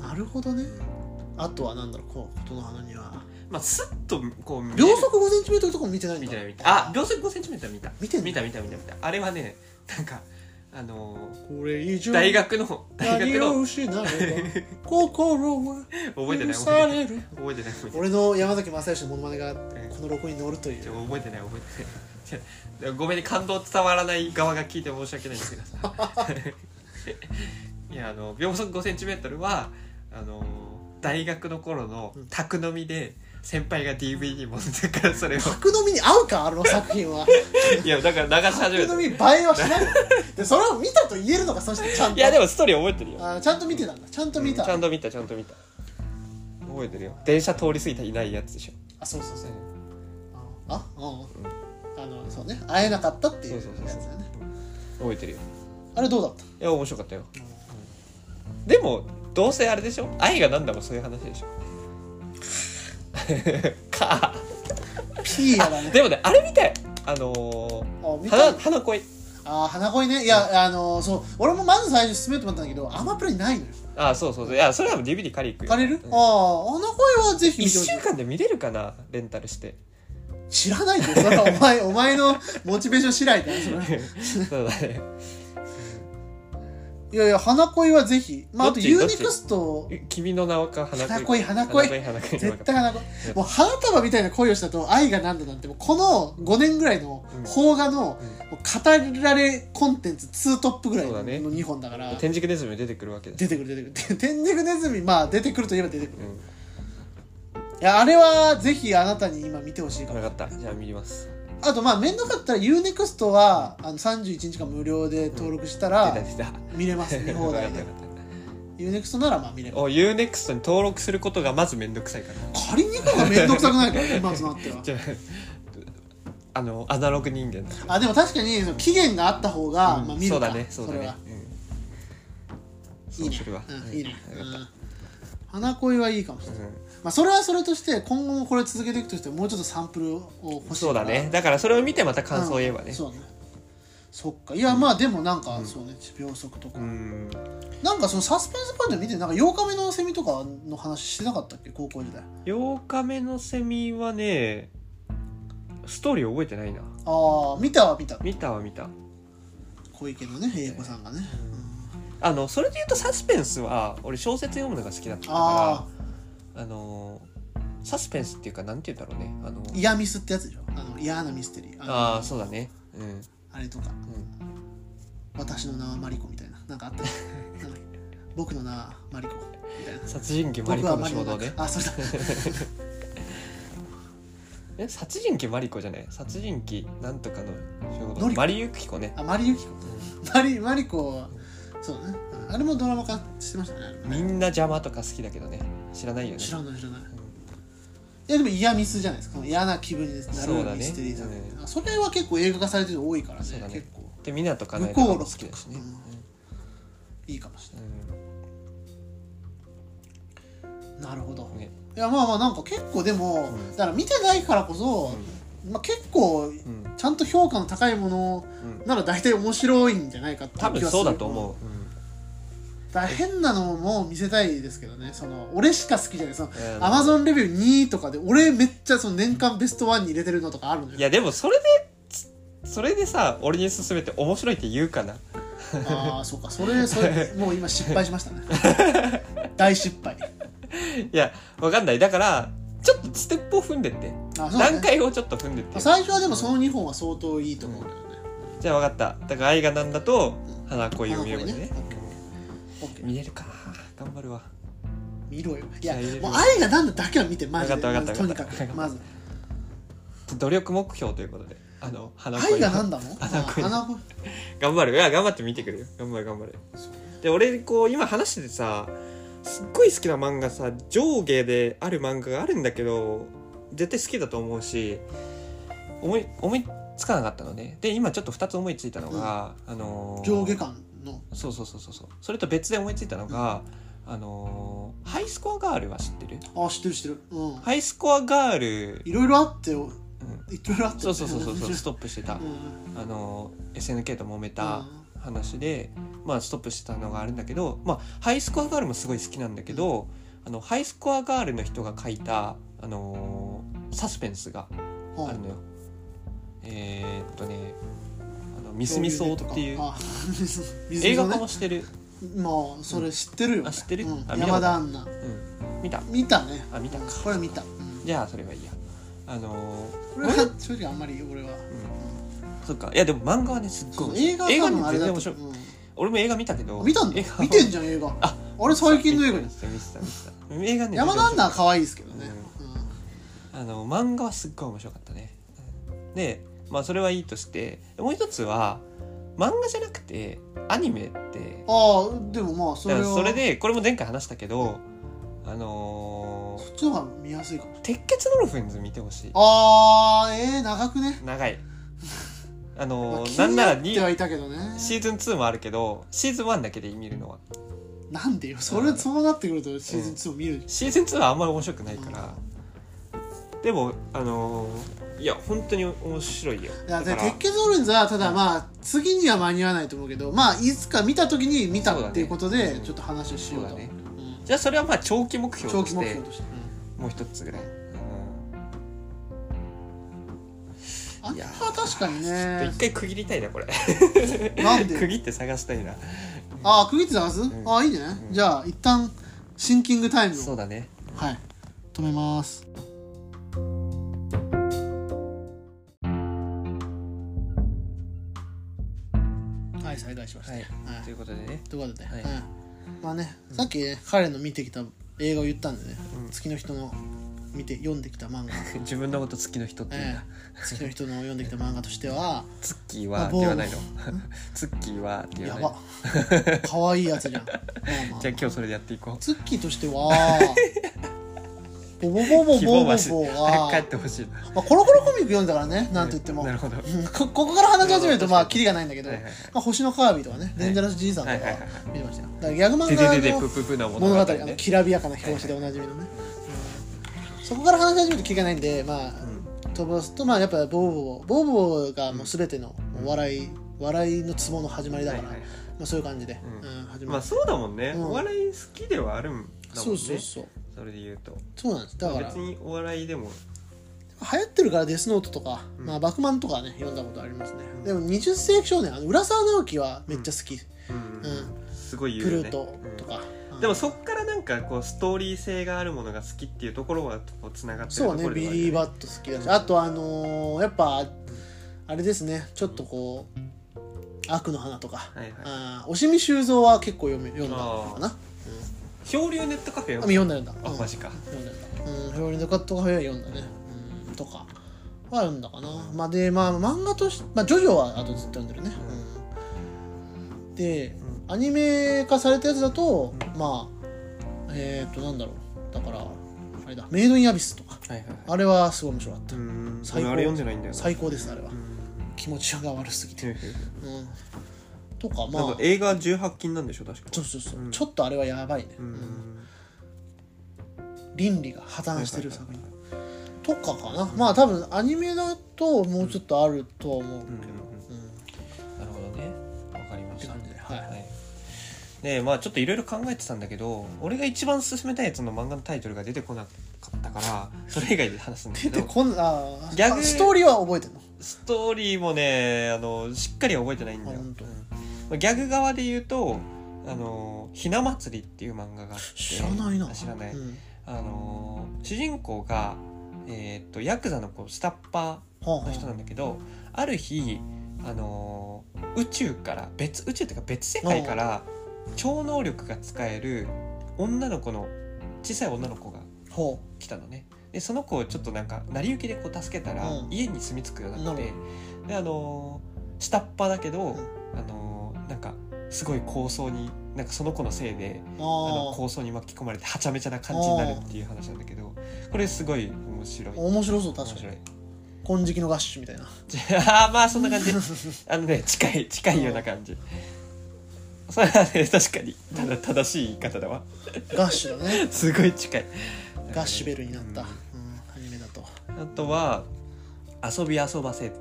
なるほどねあとはなんだろうこう琴の花には
まあスッとこう見える
秒速 5cm とかも見てないんだ
見てない見てないあ秒速 5cm 見た
見てんの
見た見た見た見たあれはねなんかあのー
これ以上
大学の大学
何を
の
失えば心は
覚えて
許
ない
さ
覚え
れ
て
る
ない覚えてない覚えてない
俺の山崎正義のモノマネがこの録音に乗るという
じゃあ覚えてない覚えてない じゃあごめんね感動伝わらない側が聞いて申し訳ないんですけどさ いやあの秒速 5cm はあの大学の頃の宅飲みで先輩が DVD 持ってたからそ れを
宅飲みに合うかあの作品 はい
やだから流し始め
宅
た
飲
い
み映えはしないでそれを見たと言えるのかそしてちゃんと
やでもストーリー覚えてるよ
あちゃんと見てたんだちゃんと見た、
ちゃんと見たちゃんと見た覚えてるよ電車通り過ぎたいないやつでしょ
あそうそうそう
そ
あうんあのそうね会えなかったっていう
う
やつ
そう
だ
そう
よね
覚えてるよ
あれどうだった
いや面白かったよ、うんでもどうせあれでしょ愛がなんだもそういう話でしょ か
ピー ヤだね
でもねあれみたいあの
あ
ー、
見た
花花恋
あ花恋ねいやあのそう俺もまず最初進めようと思ったんだけどアマプラにないのよ
あそうそうそういやそれは DVD 借り行くよ
借りる、
うん
ああ花恋はぜひ見
一
てほしい
週間で見れるかなレンタルして
知らないでそ れはお前お前のモチベーション次第だよそれは
そうだね
いやいや花恋はぜひまああと
どっち
ユ
ど
ー
っち
ネクスト
君の名はか花
花
恋
恋花恋
花恋
絶対花恋もう花束みたいな恋をしたと愛がなんだなんてもうこの5年ぐらいの
うん
邦画の
うん
もう語られコンテンツ2トップぐらい
そう
の
だね
2本だから
天竺ネズミ出てくるわけだ
出てくる出てくるで天竺ネズミまあ出てくるといえば出てくる
うん
いやあれはぜひあなたに今見てほしいか
分
ら
かったじゃあ見ます
あとまあ面倒かったら UNEXT はあの31日間無料で登録した
出
ら
た出た
見 れます見放題で UNEXT ならまあ見れます
お UNEXT に登録することがまずめんどくさいから
借りに行くのが面倒くさくないか今となっては
じゃああのアナログ人間だ
あでも確かにその期限があった方が、
うん
まあ、見るか
そうだねそうだ
れ
ね
は
うんそ
いいうね
するわ
うん
うん
いいね、
よかっ
うん花恋はいいかもしれ
た
ない、
うん
まあ、それはそれとして今後もこれ続けていくとしてもうちょっとサンプルを欲しい
そうだねだからそれを見てまた感想を言えば
うん
ね
そうねそっかいやまあでもなんか、そうね秒速とか、
うん
なんかそのサスペンスパート見てなんか8日目のセミとかの話してなかったっけ高校時代
8日目のセミはねストーリー覚えてないな
ああ見たは見た
見たは見た
小池のね英子さんがね、うん
あのそれで言うとサスペンスは俺小説読むのが好きだったから
ああ
あのーサスペンスっていうかなんて言うんだろうねあの
嫌ミスってやつでしょあの嫌なミステリーの
ああそうだねうん
あれとか
うん
私の名はマリコみたいななんかあったよなんだっけ僕の名はマリコみたいな
殺人鬼マリ
僕
コ
は
の
マ
衝
リコ
動
だ
ね
あそれだ
え殺人鬼マリコじゃない殺人鬼なんとかの衝
ノ
動
リコ
マリユキコね
あマリユキコマリマリコはそうだねうんあれもドラマ化してましたね
みんな邪魔とか好きだけどね知らないよね
知らない知らないいやでも嫌ミスじゃないですか嫌な気分にな
そうだ
る
ね
ミステリーだね
う
それは結構映画化されてるの多いからね
そうだね
結構
で湊かなえと
向
か
こう
も
の
好きだしね、
いいかもしれ
う
ないなるほど
んね
いやまあまあなんか結構でも、
うん
だから見てないからこそ、まあ、結構
うん
ちゃんと評価の高いもの
うん
なら大体面白いんじゃないかっていう気
多
がす
分
る
そうだと思う、
だから変なのも見せたいですけどねその俺しか好きじゃないその
うん
アマゾンレビュー2とかで俺めっちゃその年間ベストワンに入れてるのとかあるのよ
いやでもそれでつそれでさ俺に勧めて面白いって言うかな
ああそうかそれ それもう今失敗しましたね大失敗
いやわかんないだからちょっとステップを踏んでって、
あそうだ
段
ね
階をちょっと踏んでって
最初はでもその2本は相当いいと思うんだよね、
じゃあわかっただから愛がなんだと花恋を見ることね
花恋ねオッケー
見えるか頑張るわ
見ろよい
じゃ
や
あ入れる
もう愛がなんだだけは見てマジで
わかったわかった
まずと
わ
に
かった
かくまず
努力目標ということであの花
愛
恋
がなんだもん
花恋
あ花恋
頑張るいや頑張って見てくれよ頑張れ頑張れで俺こう今話しててさすっごい好きな漫画さ上下である漫画があるんだけど絶対好きだと思うし思い思いつかなかったのねで今ちょっと2つ思いついたのが、あのー
上下感の
そうそうそうそうそうそれと別で思いついたのが、あのーハイスコアガールは知ってる
あ知ってる知ってるうん
ハイスコアガール、
いろいろあってよ
うん、
いろいろあって
そうそうそう そうそうス
う
トップしてた
ん、うん
あのー SNK と揉めた、話で、まあ、ストップしてたのがあるんだけど、まあ、ハイスコアガールもすごい好きなんだけど、あのハイスコアガールの人が書いた、あのーサスペンスが
うん
あるのよ。えーっとねあの「ミスミソウ」っていう
あ水水
映画
のね
化もしてる、
まあそれ知ってるよ、ね、
あ知ってる
うん
あ見たこと
山田アンナ
うん、見た
見たね
あ見たか
これ見た、
じゃあそれはいいや。あのー
これは正直あんまり俺は
そっかいやでも漫画はねすっごい面白い
映画
映
多分
画
あ
に
れ
全然
だと
面白い、
うん
俺も映画見たけど
見たんだ
映画は
見てんじゃん映画
あ
あれ最近の映画
見
じ
てた見てた見てた映画
ゃん
ね
山田アンナは可愛いですけどね、
あの漫画はすっごい面白かったね。でまあそれはいいとしてもう一つは漫画じゃなくてアニメって
うんああでもまあそ
だか
れ
ら
は
それでこれも前回話したけどあの
そっちの方が見やすいかもし
ー
れない
鉄血ドルフィンズ見てほしい
あーえー、長くね、
長いあ
まあ、
のー
気
なん
に
な
な
ら
っ
に
てはいたけどね
シーズン2もあるけどシーズン1だけで見るのは
なんでよそれそうなってくるとシーズン2を見るじ
シーズン2はあんまり面白くないからでもあのーいや本当に面白いよ
ゃん、いや
だか
で
ら
鉄血オレンズはただまあ次には間に合わないと思うけどまあいつか見た時に見たっていうこと
そうだ
で
ね
ちょっと話をしようと
そうだね
うん
じゃあそれはまあ長期目標
長
と
期
し
目
て
標として、
もう一つぐらい、
あんたは確かに
ちょっと
ね
一回区切りたいなこれ
なん
区
で
切って探したいな
ああ区切って探す、
ん
ああいいね、
うん
じゃあ一旦シンキングタイムを
そうだね
はい止めますはい再開しました、
はい
はい
ということでね
ということで、
はい
うんまあねさっきね、彼の見てきた映画を言ったんでね、
うん
月の人の見て読んできた 漫画、
自分のこと月の人って言うん
え
だ、
え月の人の読んできた漫画としては
ツッキー
ま
は
あ
ではないの ツッキーはで
や
はない
ば
の
可愛いやつじゃんまあまあ
じゃあ今日それでやっていこ
ツッキーとして はボボボボ
う
ボ
希望
ボボ
はし
は
早く帰ってほしいな
まあ、コロコロコミック読んだからねなんと言っても、
なるほど
うんこここから話し始めるとまあキリがないんだけど、
はいはいはい
まあ、星のカービィとかね、デンジャラス爺さんとか
はいはいはい
見てましたよだからギャグ
で
漫
ででで
画
ぷ
の
ぷぷな
物
物
語
語
あの
ね
きらびやかな表紙でおなじみのね、うんそこから話し始めるとキリがないんでまあ、飛ばすとまあやっぱボーボーボーボーがもう全てのお笑い、笑いのツボの始まりだから、
はいはいはい
まあ、そういう感じで、
う
うんん始
ま
ま
あ
る、
そうだもんね
うん
お笑い好きではあるんだも
そ
ん
う
ね
そうそう
それで言うと
そうなんですだから
別にお笑いでも
流行ってるからデスノートとか、
うん
まあ、バクマンとかね読んだことありますね、
うん
でも20世紀少年あの浦沢直樹はめっちゃ好き、
うん
う
すごい
プ
言うよ
ル
ね
ートと
うん
か、うん
でもそっからなんかこうストーリー性があるものが好きっていうところはこうつながってる
そ
と
う
こ
ね
ろで
ビ
はある
リ
よ
ー・
ね
バット好きだしあとあのーやっぱあれですねちょっとこう「悪の花」とか、
はいはい
あー押見修造は結構読め読んだのかな
漂流ネットカフェ
あ
を
読んだ読んだ
あ
うん
マジか
読んだ読んだうんフロリダカットカフェは読んだね、うん、とかは読んだかなまあでまあ漫画としてまあジョジョはあとずっと読んでるね、うんでアニメ化されたやつだと、まあえっ、となんだろうだからあれだメイドインアビスとか
はいはいはい
あれはすごい面白かった
うん
最高
俺あれ読んでないんだよな
最高ですあれは
うん
気持ちが悪すぎて、
へへへ
うん、とかま
なん
あ
か映画18禁なんでしょ確か
そうそうそう、
うん
ちょっとあれはやばいね、
う
うん
ん
倫理が破綻してる作品とかかな、まあ多分アニメだともうちょっとあるとは思うけど、うん
なるほどねわかりま
って
した
感じではい、
はいでまあちょっといろいろ考えてたんだけど俺が一番勧めたやつの漫画のタイトルが出てこなかったからそれ以外で話すんだけ
出て
ど
こんあ
ギャグ
あストーリーは覚えてんの
ストーリーもねあのしっかりは覚えてないんだよ
あ本当
うんまあギャグ側で言うとあの「ひな祭り」っていう漫画があって
知らないな
あ知らない、
うん
あの主人公が、えーっとヤクザのこう下っ端
はあはあ
の人なんだけどある日、あのー宇宙から別宇宙っていうか別世界から超能力が使える女の子の小さい女の子が
ほ
来たのねでその子をちょっとなんか成り行きでこう助けたら、
うん
家に住み着くようになっ
な
て
る
であのー下っ端だけど、
うん
あのーなんかすごい抗争になんかその子のせいであ
う
の
あ
抗争に巻き込まれてはちゃめちゃな感じになるっていう話なんだけどこれすごい面白い
あ面白そう
面
確か
白
に
い
金色の合ッみたいな
あーまあそんな 感じあのね近い近いような感じそれはね確かにただ正しい言い方だわ
ガッシュだ ね
すごい近い
ガッシュベルになった、
う
うん
ん
アニメだと
あとは「遊び遊ばせ」
なんか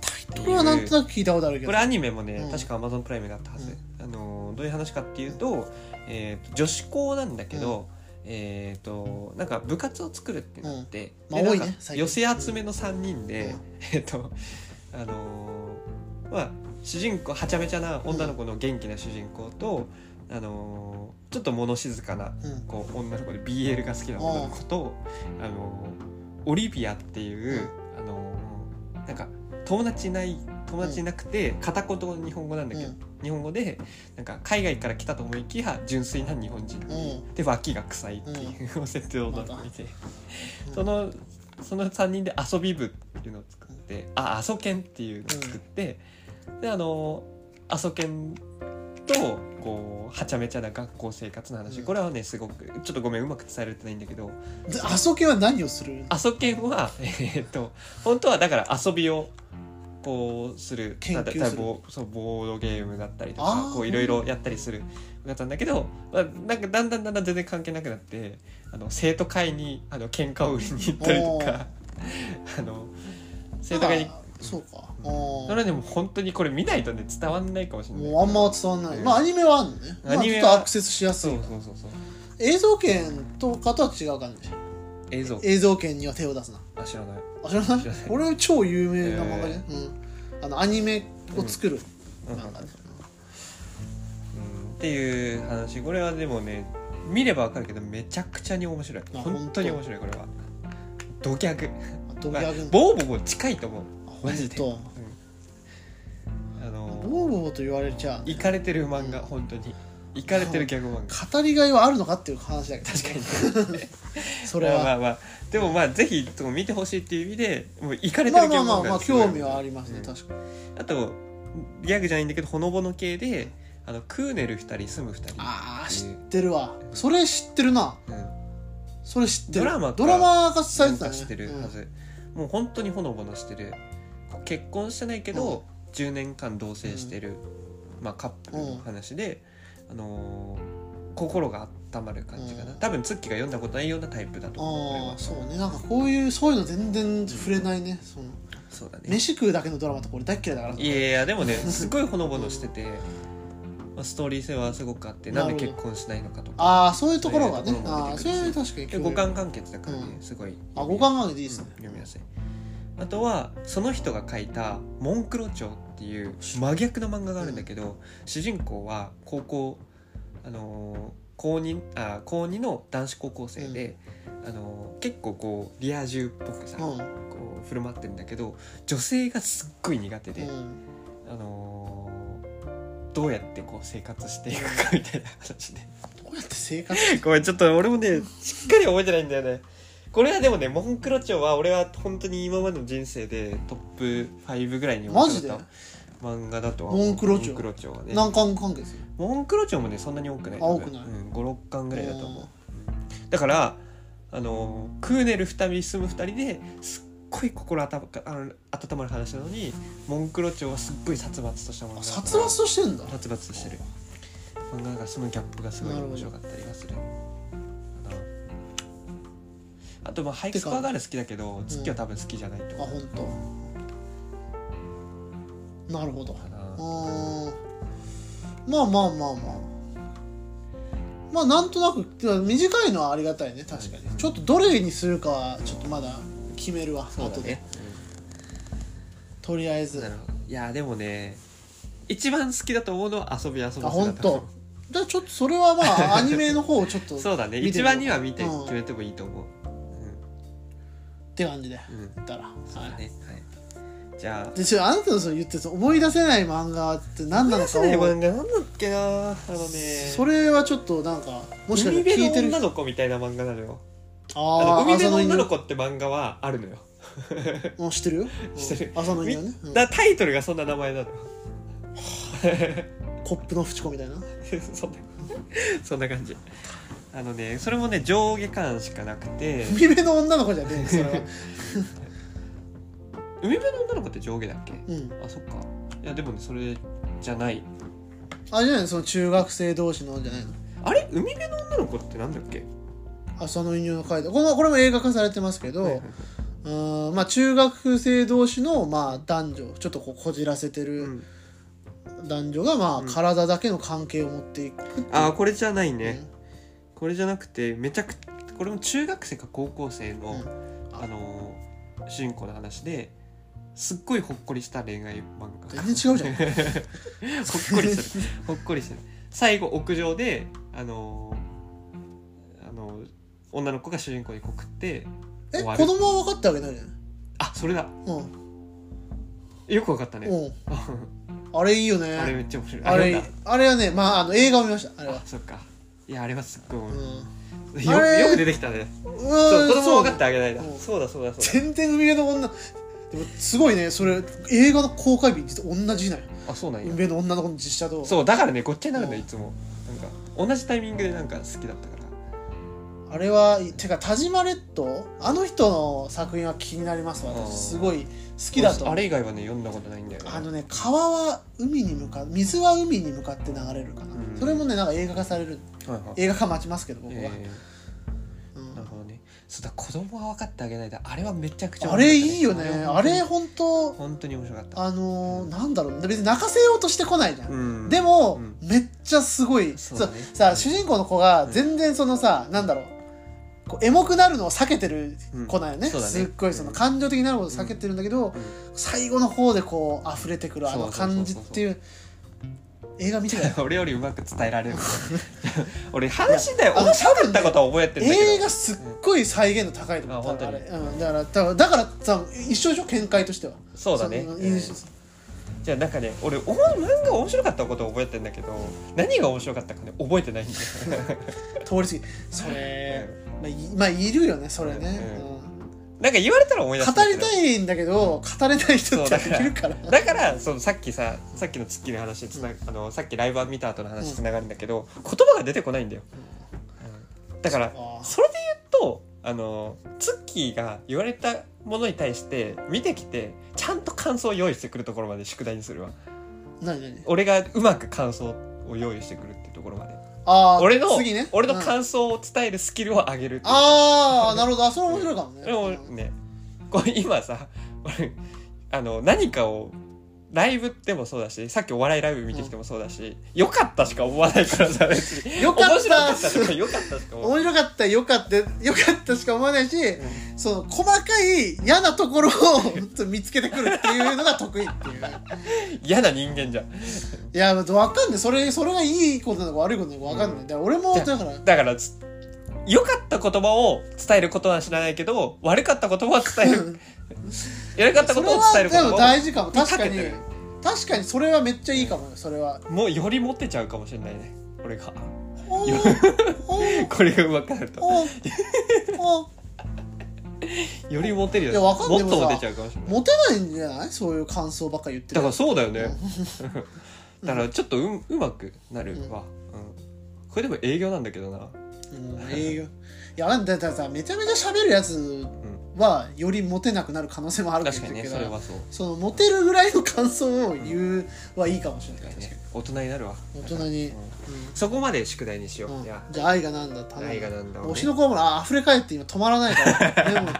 タイトルはなんとなく聞いたことあるけど
これアニメもね、
うん
確か Amazon プライムだったはず、あのーどういう話かっていうと,、えーと女子校なんだけど、えっ、となんか部活を作るってなって、
うんまあ
で
多いね
なんか
最
寄せ
近
集めの3人で、
うん
えっ、とあのーまあ主人公はちゃめちゃな女の子の元気な主人公と、あのーちょっと物静かな
うん
こう女の子で BL が好きな女の子とあのオリビアっていう、あのなんか友達いない友達いなくて片言の日本語なんだけど、
うん
日本語でなんか海外から来たと思いきや純粋な日本人、
うん
で脇が臭いっていうう設定をなんか見て、
うん
そのその3人で遊び部っていうのを作ってあ遊犬っていうのを作って、であの遊犬とこうはちゃめちゃな学校生活の話、
うん
これはねすごくちょっとごめんうまく伝えられてないんだけど
であそけは何をする
遊犬は えーっと本当はだから遊びをこうする
研究する
たたボーそうボードゲームだったりと
あ
か
ー
こういろいろやったりするだったんだけど、まあ、なんかだんだんだんだん全然関係なくなってあの生徒会にあの喧嘩を売りに行ったりとか あの生徒会に
あそうか、
うん
あ
それはでも本当にこれ見ないとね伝わんないかもしれない
もうあんま伝わんない、まあアニメはあるのね、まあ、
アニ
ちょ
メ
っ
は
とアクセスしやすい
そう
よ
そうそうそう
映像権とかとは違う感じ
映像
映像権には手を出すな
あ知らない
あ知らない
知らない
これ超有名な漫画ね、うん、あのアニメを作る
うん
漫画ね、
うんっていう話これはでもね見ればわかるけどめちゃくちゃに面白い
あ
本当に面白いこれはドギャグ
あとギャグ
ボーボボ近いと思うマジで、
ほ
うん
と
んあの
ボーボーと言われちゃ
いかれてる漫画本当にいかれてるギャグ漫画
語りがいはあるのかっていう話だけど
確かに
に
こ
それは
まあまあでもまあぜひとも見てほしいっていう意味でもういかれて
まあ
るギャ
まあ
グ漫
まあ、
画
まあ、
すごい
興味はありますね、
うん
確かに
あとギャグじゃないんだけどほのぼの系であのクーネル2人住む2人
ああ
って
知
い
っ
う
てるわそれ知ってるな
うん
それ知ってる
ドラマか
ドラマ化され
参
てた
加
ね
してる
うん
はず、もう本当にほのぼのしてる結婚してないけど、10年間同棲してる、まあ、カップルの話で、あのー心が温まる感じかな、
うん
多分ツッキーが読んだことないようなタイプだと思うこれ
あ
は
あそうねなんかこういうそういうの全然触れないねその
そうだね
飯食うだけのドラマとか俺大っ嫌いだから
いやいやでもねすごいほのぼのしてて、まあ、ストーリー性はすごくあってなんで
なる
結
ほ
婚しないのかとか
ああそういうところが
そ
ね
ういうところ
あ
も
あ
出てくるし
それは確かに興味
五感完結だからね、
うん
すごい
あ五感がでいいですね
うん読みやすいあとはその人が書いた「モンクロ帳」っていう真逆の漫画があるんだけど、主人公は高校あのー高2あ高2の男子高校生で、あのー結構こうリア充っぽくさ、
うん
こう振る舞ってんだけど女性がすっごい苦手で、
うん
あのーどうやってこう生活していくかみたいな話で
どうやって生活
ごめんちょっと俺もねしっかり覚えてないんだよねこれはでもねモンクロチョは俺は本当に今までの人生でトップ5ぐらいに面
マジ
白
で
かった漫画だとは
モンクロチョ
モンクロチョはね
何巻完結
モンクロチョもねそんなに多くない
あ多くない
うん、56巻ぐらいだと思う
うん
だからああのクーネル二人住む二人ですっごい心温かあの温まる話なのにモンクロ町はすっごい殺伐としたもの
あ殺伐としてんだ
殺伐としてる漫画がそのギャップがすごい
なるほど
面白かったりはするかなあとまあハイスコアガール好きだけど月は多分好きじゃないと
あ
思
本当。なるほど
うかな、
あーまあまあまあまあまあなんとなくてか短いのはありがたいね確かにちょっとどれにするかはちょっとまだ決めるわ、
そうだ
後で
ね、
とりあえ
うん
ず
なるほどいやでもね一番好きだと思うのは遊び遊び
あ本当。じゃあちょっとそれはまあアニメの方をちょっと
そうだね
見て
一
みよう
番には見て
うん
決めてもいいと思う
って感じで
うん、うん
言ったらは
そうだ
い
ねはいじゃあ
でちょあなたのその言ってた思い出せない漫画って何なの
出
かを
せない漫画なんだっけなあのね
それはちょっとなんかもしか
海
したら聞
辺
い
の
てる
女の子みたいな漫画なのよあ
あ
の
あ
海辺の
朝
女
犬
の子って漫画はあるのよ
うん知ってるよ
知ってる
うん朝の犬ね、うん
だタイトルがそんな名前なの
コップの淵 子みたいな
そんなそんな感じあのねそれもね上下巻しかなくて
海辺の女の子じゃねえそれは
海辺の女の子って上下だっけ
うん
あそっかいやでもねそれじゃない
あれじゃないのその中学生同士のじゃないの
あれ海辺の女の子ってなんだっけ
朝の犬の会でこのこれも映画化されてますけど、
はいはいは
うーんまあ中学生同士のまあ男女ちょっとこうこじらせて
い
る、
うん
男女がまあ
うん
体だけの関係を持っていくっていう
あーこれじゃないね、
うん
これじゃなくてめちゃくこれも中学生か高校生の、
うん
あのー主人公の話ですっごいほっこりした恋愛漫画
全然違うじゃ ん
ほっこりしてるほっこりしてる最後屋上であのーあのー女の子が主人公に告って
え
終わ
子
る
供は分かったわけないじゃない
あそれだ
うん
よくわかったね、
うんあれいいよね
あれめっちゃ面白い
あれ
読んだ
あれはねまああの映画を見ましたあれ
あ
は
そっかいやあれはすっごい面
うん
白い、
あれ
よよく出てきたね
う
そう
ーん
子供分かってあげないだ
うん
そうだそうだそうだ
全然海辺の女でもすごいねそれ映画の公開日実は同じなんよ
あそうなん
海
や
辺の女の子の実写と
そうだからねごっちゃになるんだ
う
よ
ん
いつもなんか同じタイミングでなんか好きだったから
あれはてか田島列島あの人の作品は気になりますわ
うん
私すごい好きだと
あれ以外はね読んだことないんだよね
あのね川は海に向かう水は海に向かって流れるかな、
うん
それもねなんか映画化される
はいはい
映画化待ちますけど僕は、
え
う
ー
ん
なるほどねそうだ子供は分かってあげないだあれはめちゃくちゃ
あれいいよねあれ
本
本当
当に本当に面白かった
あのーなんだろう別に泣かせようとしてこないじゃん、
うん
でも、
うん
めっちゃすごい、
そうだね
そうさ主人公の子が全然そのさ、なんだろうこうエモくなるのを避けてる子なんよね,、
うんそうだね
すっごいその感情的になることを避けてるんだけど、
ん
最後の方でこう溢れてくるあの感じっていう映画 見てない
俺よりうまく伝え られる俺話だよ俺喋ったことは覚えてんだけど
映画すっごい再現度高いと思う、
うんあ
多分あれ、
本
うん、だから多分だからさ一緒でしょ見解としては
そうだね
の
うん
印象
じゃあなんかね俺おも漫画面白かったことは覚えてんだけど何が面白かったかね覚えてないんだよ
通り過ぎそれ、まあ、いまあいるよねそれね、
うん
うん
なんか言われたら思い出すんだ
語
け
り
ど
たいんだけど語れない人
そ
っ
うだ
てい
から
るから
だからそのさっきささっきのツッキーの話につな、あのさっきライブ見た後の話つながるんだけど、言葉が出てこないんだよ、うんだから
あー
それで言うとあのツッキーが言われたものに対して見てきてちゃんと感想を用意してくるところまで宿題にするわ
何何
俺がうまく感想を用意してくるっていうところまで
あー
俺の、
次ね
俺の
うん
感想を伝えるスキルを上げるっていう
ああなるほどあそれ面白いかもね
でも
うん
ねこれ今さ俺あの何かをライブでもそうだしさっきお笑いライブ見てきてもそうだし、良かったしか思わないからさ別に
よかった
面白かったとか良かったしか思わ
面白かったよかったよかったしか思わないし、その細かい嫌なところを本当見つけてくるっていうのが得意っていう
ない嫌な人間じゃん
いや分かんないそれそれがいいことなのか悪いことなのか分かんない、だから俺も
じゃあ
だから
だからつ良かった言葉を伝えることは知らないけど悪かった言葉を伝える悪かった
そ
こ
れ
とを伝え
は
る
でも
こ
大事かも
に
確
長
か
け
に
てる
確かにそれはめっちゃいいかもよそれは
とをもうよりモテちゃうかもしれないね俺が
おーおー
これがうまくなると
おーおー
よりモテるよ
いやわかんない
もっとモテちゃうかもしれない
モテないんじゃないそういう感想ばっかり言って
だ
る
からそうだよね だからちょっとううまくなるわ、うんこれでも営業なんだけどな
ううん、営業いやだってさめちゃめちゃ喋るやつはよりモテなくなる可能性もある
確かにね
け
それは
ど
そう
そのモテるぐらいの感想を言うはいいかもしれない、
確かに
確か
ね大人になるわ
に大人に、
うんそこまで宿題にしよ
うん
う
うん
じゃ
じゃあ愛がなんだ頼む
愛がなんだをね
推しの子もあ溢れ返って今止まらないからでも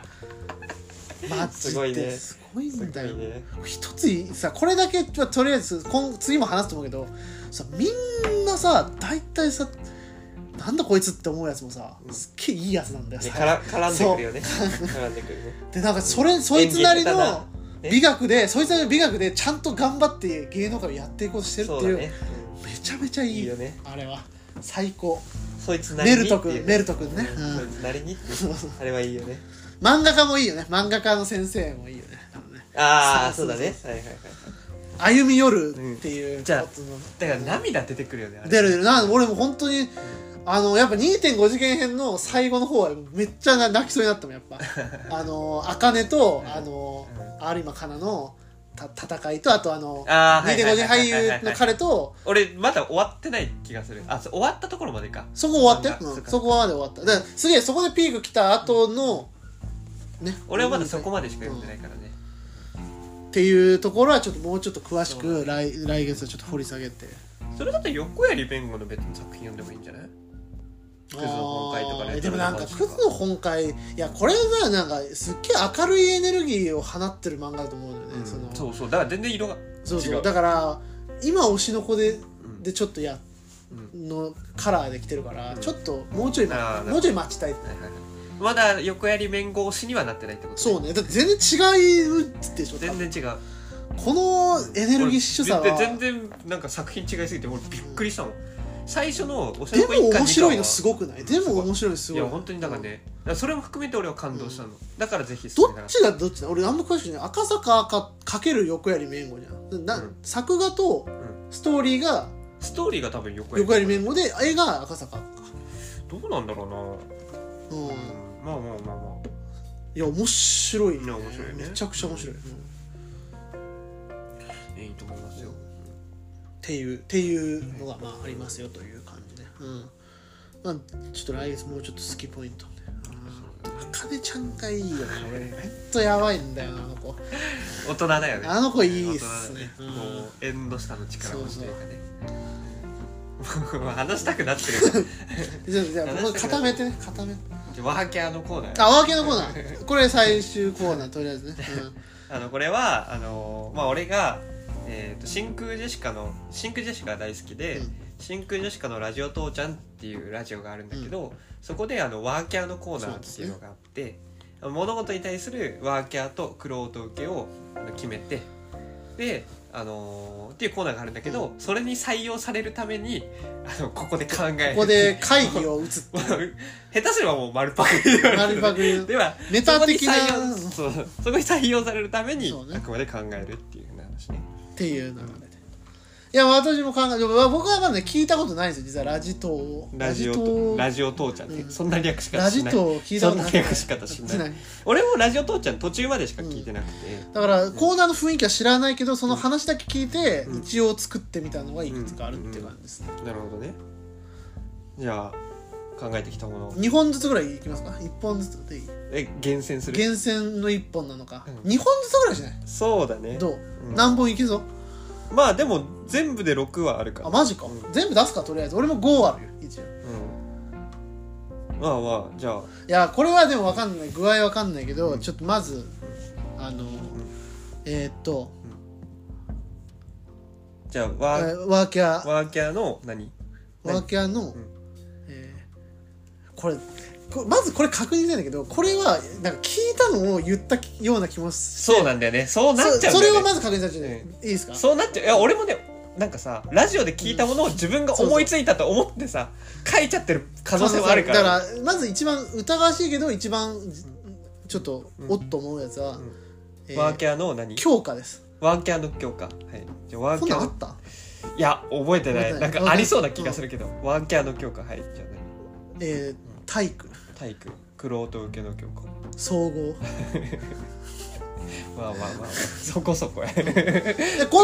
マジ
すごい
で
ね
すごい
あ
んだよ、
すごいね
一ついさこれだけはとりあえず今次も話すと思うけどさみんなさ大体さなんだこいつって思うやつもさ、
うん
すっげえいいやつなんだよ
ね
さ
から絡んでくるよね絡んでくるね
でなんかそれそいつなり
演技下手
の
なね
美学で、そいつなりの美学でちゃんと頑張って芸能界をやっていこうとしてる
そ
っ
う
てい
だ
う
ね
めちゃめちゃいい
いいよね
あれは最高
うんそいつなり
メ
に
ルト君メル
ト
ト君ね、うん
そいつなりにっていうあれはいいよね
漫画家もいいよね漫画家の先生もいいよねあのね
ああそ
そ
ううだ
そう
ねはいはいはい
歩み寄るっていう、
うんじゃあ
こ
だ
と
か
の
ら涙出てくるよねあれ
出る出るな俺も本当にあのやっぱ2.5次元編の最後の方はめっちゃな泣きそうになったもんやっ ぱあの茜とあの有馬かなのた戦いとあとあの
あーはいは
2.5
い
次
はいは
元俳
いはい
優の彼と
俺まだ終わってない気がするあそう終わったところまでか
そこ終わって
そうか
う
そ
ん
うか
そこまで終わっただからすげえそこでピーク来た後のね
俺はまだそこまでしか読んでないからね
っていうところはちょっともうちょっと詳し
そう
く来来月はちょっと掘り下げて
それだって横槍弁護の別の作品読んでもいいんじゃないズの本会とかね
あーでもなんか
ドラゴンボールと
ク
か
ズの本会いやこれがなんかすっげえ明るいエネルギーを放ってる漫画だと思うんだよね、
うん
その
そうそうだから全然色が
そうそう
違う
だから今推しの子で
うん
でちょっとや
うん
のカラーで来てるから、
うん
ちょっともうちょい待
あー
もうちょい待ちたい
はいはいはいまだ横やり面越しにはなってないってこと
そうねだって全然違うでしょ多分
全然違う
このエネルギッシュさは
俺全然なんか作品違いすぎて俺びっくりしたもん最初のおしゃ
で
れ
も面白いのす
ご
ごくないでも面白いのすご
い
い
や本当にだからねだからそれも含めて俺は感動したのだからぜひ
ど
進めなか
っ
っ
ちがどっちだ俺あんま詳しくない赤坂かかける横やり面後じゃんな、
うん
作画と
ん
ストーリーが
たストーリーが多分横やり
横やり面後で絵が赤坂か
どうなんだろうな
うん
うんまあまあまあまあ
いや面白い,、
いや面白いね
めちゃくちゃ面白い、うんっ
ねいいと思いますよ
ていうっていうのがまあありますよという感じで、うんまあ、ちょっと来月もうちょっと好きポイントねあかねちゃんがいいよね俺めっちゃやばいんだよなあの子
大人だよね
あの子いいっすね
大人だよ
うん
もう縁の下の力持ちというかねもう 話したくなってるよ
じゃあじゃあここ固めてね固めて
じゃ あワーキャーのコーナー
あ、ワーキャーのコーナー。これ最終コーナー、とりあえずね。
あのこれはあのまあ、俺が、えー、と真空ジェシカの真空ジェシカが大好きで、
うん
真空ジェシカの「ラジオ父ちゃん」っていうラジオがあるんだけど、そこであのワーキャーのコーナーっていうのがあって、物事に対するワーキャーとクロート受けをあの決めてであのーっていうコーナーがあるんだけど、それに採用されるためにあのここで考える
ここで会議を打つ。
も う 下手すればもう丸パクリ
丸パクリ
では
ネタ的な
そこに採用そうそこに採用されるために、
そうね
あくまで考えるっていう話ね
っていう流れで。いや、私も考え、僕はまだね、聞いたことないんですよ、実はラジトを。
ラジオ
と
とラジオ父ちゃんね、
うん
そんな略し
ラ
方
ジ
しない
トを聞いたことな
そ
い。
んな略し方しない俺もラジオ父ちゃん途中までしか聞いてなくて、
だから、コーナーの雰囲気は知らないけど、その話だけ聞いて、
うん
一応作ってみたのがいくつかあるっていう感じですね。
なるほどねじゃあ考えてきたもの
2本ずつぐらいいきますか ?1 本ずつでいい。
え厳選する
厳選の1本なのか。
うん
2本ずつぐらいじゃない
そうだね
どう
うん
何本いけそう
まあでも全部で6はあるから
あマジか、
うん
全部出すかとりあえず俺も5あるよ一応
うんまあまあじゃあ
いやこれはでも分かんない具合分かんないけど、ちょっとまずあの、えーっと、
じゃあ
え
ワー,、
ーワーキャー
ワーキャーの何
ワーキャーの、
ん
えーこれこまずこれ確認したいんだけどこれはなんか聞いたのを言ったような気もして
そうなんだよねそうなっちゃう
そ
んだ
それ
よね
をまず確認させて、いいですか
そうなっちゃういや俺もねなんかさラジオで聞いたものを自分が思いついたと思ってさ書いちゃってる可能性もあるから
だからまず一番疑わしいけど一番ちょっとおっと思うやつは、
うん
え
ワーキ
ャー
ャーの何
強化です
ワーキャーの強化はいじゃあワー
こん
キ
な
ャー
んあ
の
った
いや覚えてない
覚
ない
えてな
んかありそうな気がするけど、ワーキャーの強化はいじゃあ何
えー、体育
体育クロート受けの強化
総合
まあまあまあまあそこそこや
いやこういう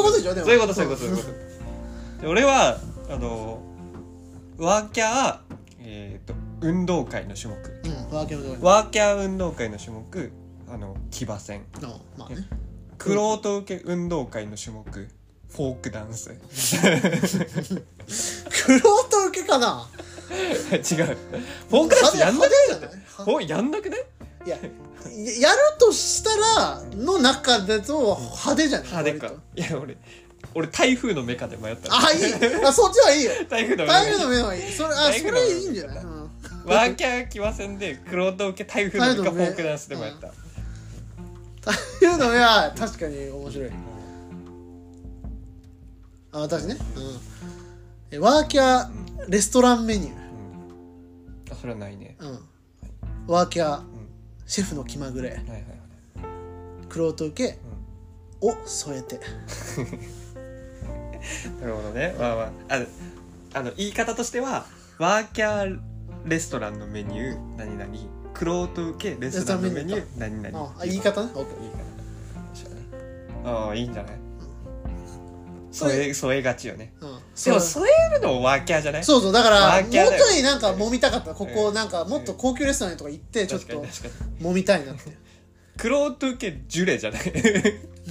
ことでしょでも
そういうことそういうことそういうことで俺はあのワーキャーえっ、と運動会の種目
うんワーキャンの
ワーキャー運動会の種目あの騎馬戦
のまあね
クロート受け運動会の種目フォークダンス
クロート受けかな
違うフォークダンスやんなくないだって
派手派手じゃない
ほやんなくない
いやややるとしたらの中だと派手じゃない
派手か
割と
いや俺俺台風のメカで迷った
あいいあそっちはいいよ
台風のメカ
台風の目はいいそれあ
台
そ
風
れ
の目
いいんじゃない、うん、
ワーキャー騎馬戦でクロート受け台風のメカフォークダンスでもやった、
台風の目は確かに面白いあ私ね、うんえ、ワーキャーレストランメニュ
あそれはないね
ー、うん、ワーキャー
うん
シェフの気まぐれ
はいはいはい
クロート受けを添えて
なるほどねまあまああのあの言い方としてはワーキャーレストランのメニュー何々クロート受けレストランのメニュー何々
ああ言い方ね OK
いいかな確かにああいいんじゃない添え添えがちよね
うん、
で
そう
も添えるのもワーキャーじゃない
そうそうだから
ワ
も
ーキャーだよ
とになんか揉みたかったここ
うん
なんかもっと高級レストランとか行ってちょっ
確かに
と
確かに
揉みたい なって
クロート受けジュレじゃない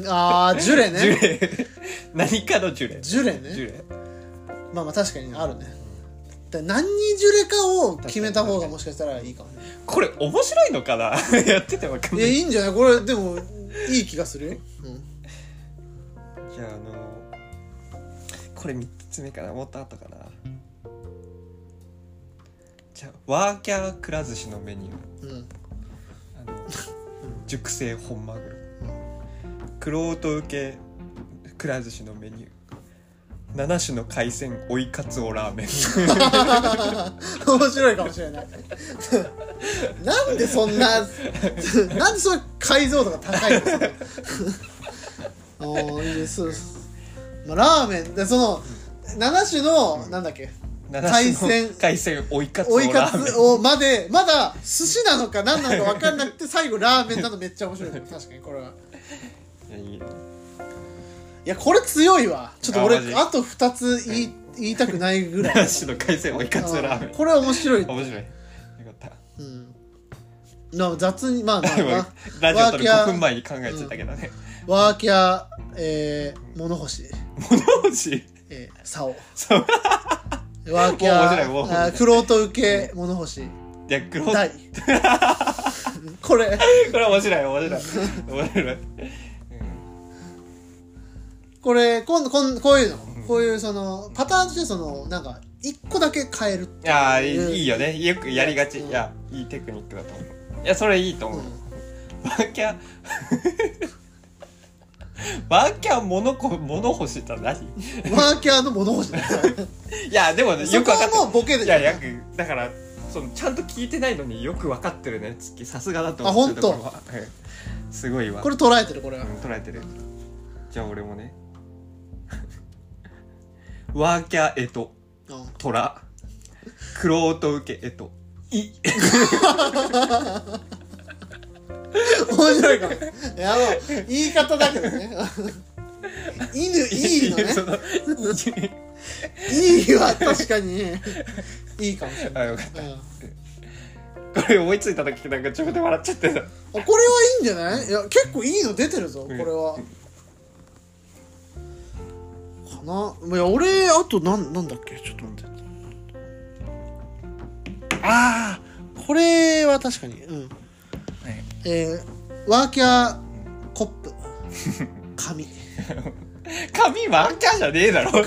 あージュレ
ジュ
ね
レ 何かのジュレ
ジュレね
ジュレ
まあまあ確かにあるねで何にジュレかを決めた方がもしかしたらいいかもね
これ面白いのかな やっててわかん
い
な
や
い
いいんじゃないこれでもいい気がするよ、うん
じゃああのこれ3つ目かなもっと後かなじゃあワーキャーくら寿司のメニュー
うん、
あの熟成本マグロクロート受けくら寿司のメニュー7種の海鮮追いカツオラーメン
面白いかもしれないなんでそんななんでそんな解像度が高 いんですかあーいいですそうです、まあ、ラーメンでその7種の、なんだっけ海
海
鮮
鮮海鮮追いカツオ
追い
ラー
か
メン
つをまでまだ寿司なのか何なのか分かんなくて最後ラーメンなのめっちゃ面白い確かにこれはい
やいいよ
いやこれ強いわちょっと俺
あマジ
あと2つ言い言いたくない ぐらい
7種の海鮮追いカツオラーメ
うんこれ面白い
ン面白いよかった
うんな雑にまあま あ
でも
な
ラジオ撮る
ワーキャー
5分前に考えてたけどね、
ワーキャー、えー、物干し、
物干し
えー、竿。
そう
ワーキャー、
もう面白いもう面白い
あークロート受け、物干し、
いやクロ
台。 これ、
これ面白い面白い面白い、
これ、今度、こんこういうの、こういうその、パターンとしてその、なんか、一個だけ変えるって
いやー
いう
いいいいよねよくやりがち
うん
いやいいテクニックだと思ういやそれいいと思う、ワー キャーワーキャー物こ物干しって何い
ワーキャーの物 干しだよ
やでもね
そ
よく
こ
分か
は
っ
もう
て
ボケ
る
で
いやよくだからそのちゃんと聞いてないのによく分かってるね月さすがだと思ってる
あ
と
ほん
ころ
と
はうんすごいわ
これ捉えてる、これは
うん。捉えてるじゃあ俺もね ワーキャーえと
うん
トラクロート受けえとい
面白いかも。いや、もう、言い方だけどね。犬、いいのね。
そのい
いいは確かに、いいかもしれない。
あよかっ
うん
たこれ思いついた時なんか自分で笑っちゃってた
あこれはいいんじゃないいや結構いいの出てるぞこれはかないや俺あとなんなんだっけちょっと待ってああこれは確かにうんえー、ワーキャーコップ紙
髪ワーキャーじゃねえだろい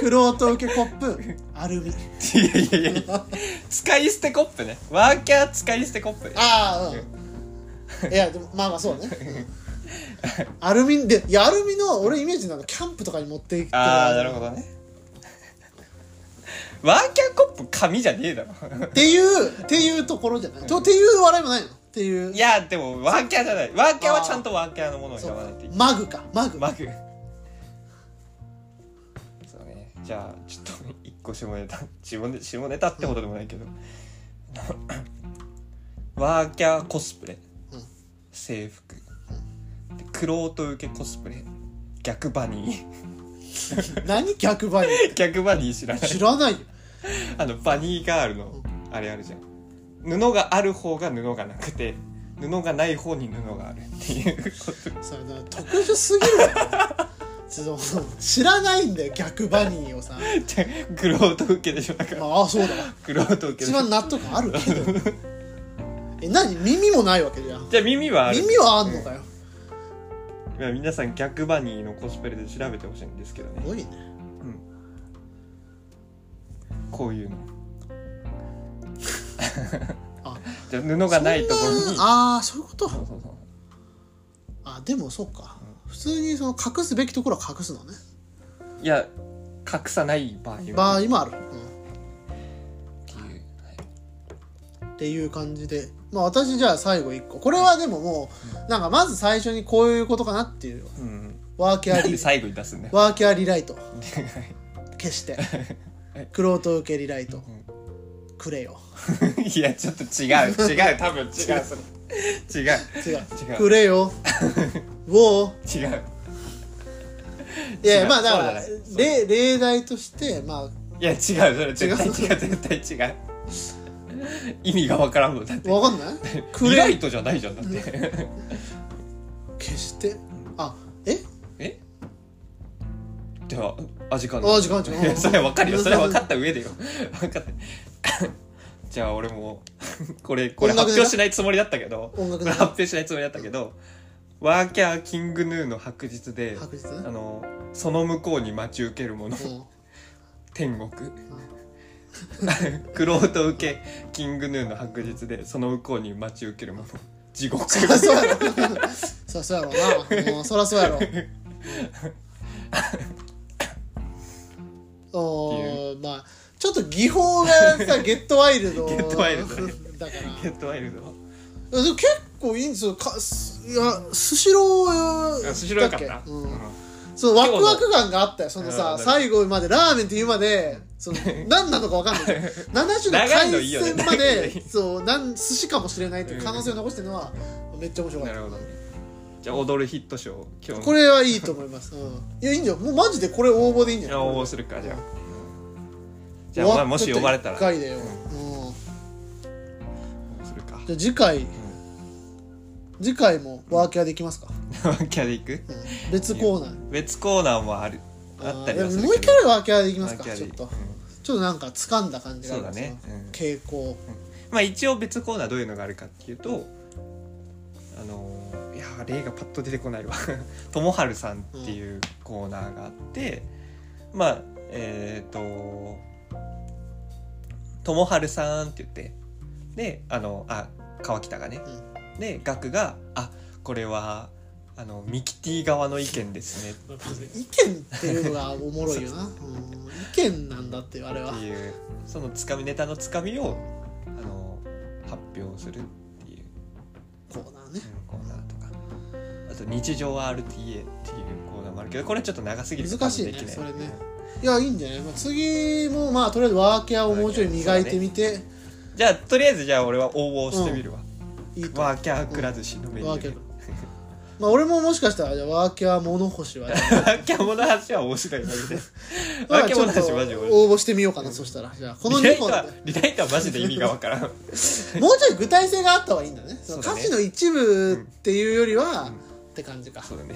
フロート受けコップアルミ
やいやいやいや使い捨てコップねワーキャー使い捨てコップ
ああうんいやでもまあまあ そうね、うんアルミでいやアルミの俺イメージなのキャンプとかに持っていく
ああなるほどねワーキャーコップ紙じゃねえだろ
っていうっていうところじゃないとっていう笑いもないのっていう
いやでもワーキャーじゃないワーキャーはちゃんとワーキャーのものを
そ
選ばないうといけない
マグかマグ
マグそうねじゃあちょっと一個下ネタ自分で下ネタってことでもないけど、ワーキャーコスプレ、
うん
制服、でクロート受けコスプレ逆バニー
何逆張り
逆バニー知らない
知らないよ
あのバニーガールのあれあるじゃん布がある方が布がなくて布がない方に布があるっていうこと
それな特殊すぎるわちょっともう知らないんだよ逆バニーを さ、
じゃあグロート受けでしょだから
まあ、あそうだわ
グロート受けで
一
しょ
番納得あるけど え何耳もないわけじゃん
じゃあ耳はある
耳はあんのかよ、
いや皆さん逆バニーのコスプレで調べてほしいんですけど
す
ね、
ごいね
うん、こういうの
あ
じゃあ布がないところに
そ
そ
んなああそういうこと
うそうそう
あでもそうか普通にその隠すべきところは隠すのね
いや隠さない場合はね
場合
っ
もある、
ていう、はい
うん、っていう感じでまあ私じゃあ最後一個これはでももうなんかまず最初にこういうことかなっていう
うん、
ワーキャ
な
ー
んで
リ
最後に出すんだよ
ワーキャーリライト
はい
消してクロート受けリライトくれよ
いやちょっと違う違う多分違うそれ 違う
違う
違う
く れよを
違う
いや
違う
まあだか
そうじゃな
ら
いそう
例例題としてまあ
いや違うそれ絶対違う絶対違う意味がわからんもんだって
わか んないく
リライ
れ
トじゃないじゃんだって
消してあえ
えではあ時間
あ時間時間
いやそれわかるよそれ分かった上でよ分かった じゃあ俺も これこれ
音楽
発
で
表しないつもりだったけど
音楽
こ
で
れ発表しないつもりだったけどワーキャーキングヌーの白日で
確実
あ
ね
のその向こうに待ち受けるもの
うん
天国 クロート受けキングヌーの白日でその向こうに待ち受けるもの地獄
そらそうやろそらそうやろなもうそらそ うやろおーまあちょっと技法が さゲットワイルド
ゲットワイルドね
だから
ゲットワイルド
でも結構いいんですよかすいやスシローや
面白かった
だけう
うんん
そのワクワク感があったよその
あ
さ
ー
最後までラーメンって言うまでその何なのか分かんない70の
長い
海
のいいよね
鮮ま
長いのい
で
い
そうなん寿司かもしれないっていう可能性を残してるのはめっちゃ面白か
な
っ
る
た
ほどねじゃあ踊るヒット賞今日の
これはいいと思います、うん、いやいいんじゃんもうマジでこれ応募でいいんじゃ
い
な
や
い
応募するかじゃあじゃあ、まあ、もし呼ばれたら
1
応
回だよ、うん
募するか
じゃあ次回、次回もワーキャーできますか、
ワーキャーで行く
うん、別コーナー
別コーナーもあるあったりはす
ー
る
もう一回ワーキャーでいきま
ワ
す
ー
か
キャー
ち
で
ょっ
行く
と
うん
ちょっとなんか掴んだ感じがあ
そ
る
うだねうん
傾向
まあ一応別コーナーどういうのがあるかっていうとあのーいやー例がパッと出てこないわ ともはるさんっていうコーナーがあって、まあえっ、とともはるさんって言ってであのあ川北がね、でガクが「あこれはあのミキティ側の意見ですね」
意見っていうのがおもろいよ な、うん意見なんだってあれは
っていうそのつかみネタのつかみをあの発表するっていう
コーナーね
コーナーとかあと「日常は RTA」っていうコーナーもあるけどこれちょっと長すぎると
難しいね
多分でき
そ
な
れねいやいいんじゃない、まあ、次もまあとりあえずワーキャーをもうちょい磨いてみて、
じゃあとりあえずじゃあ俺は応募してみるわ、
いいと
ワーキャーくら寿司のメニューで、
うんまあ俺ももしかしたらじゃあワーキャー物干しは、
ワーキャーもの話は面白いマジで
ま
ワー
あ
キ
ち
ャーも
ょ
の
っと
話マジで面白い
応募してみようかなそしたらじゃあこの
リラ
2
イト
本
はリライトはマジで意味がわからん
もうちょい具体性があった方がいいんだね
そうだ
歌
ね
詞の一部っていうよりは、って感じか
そうだね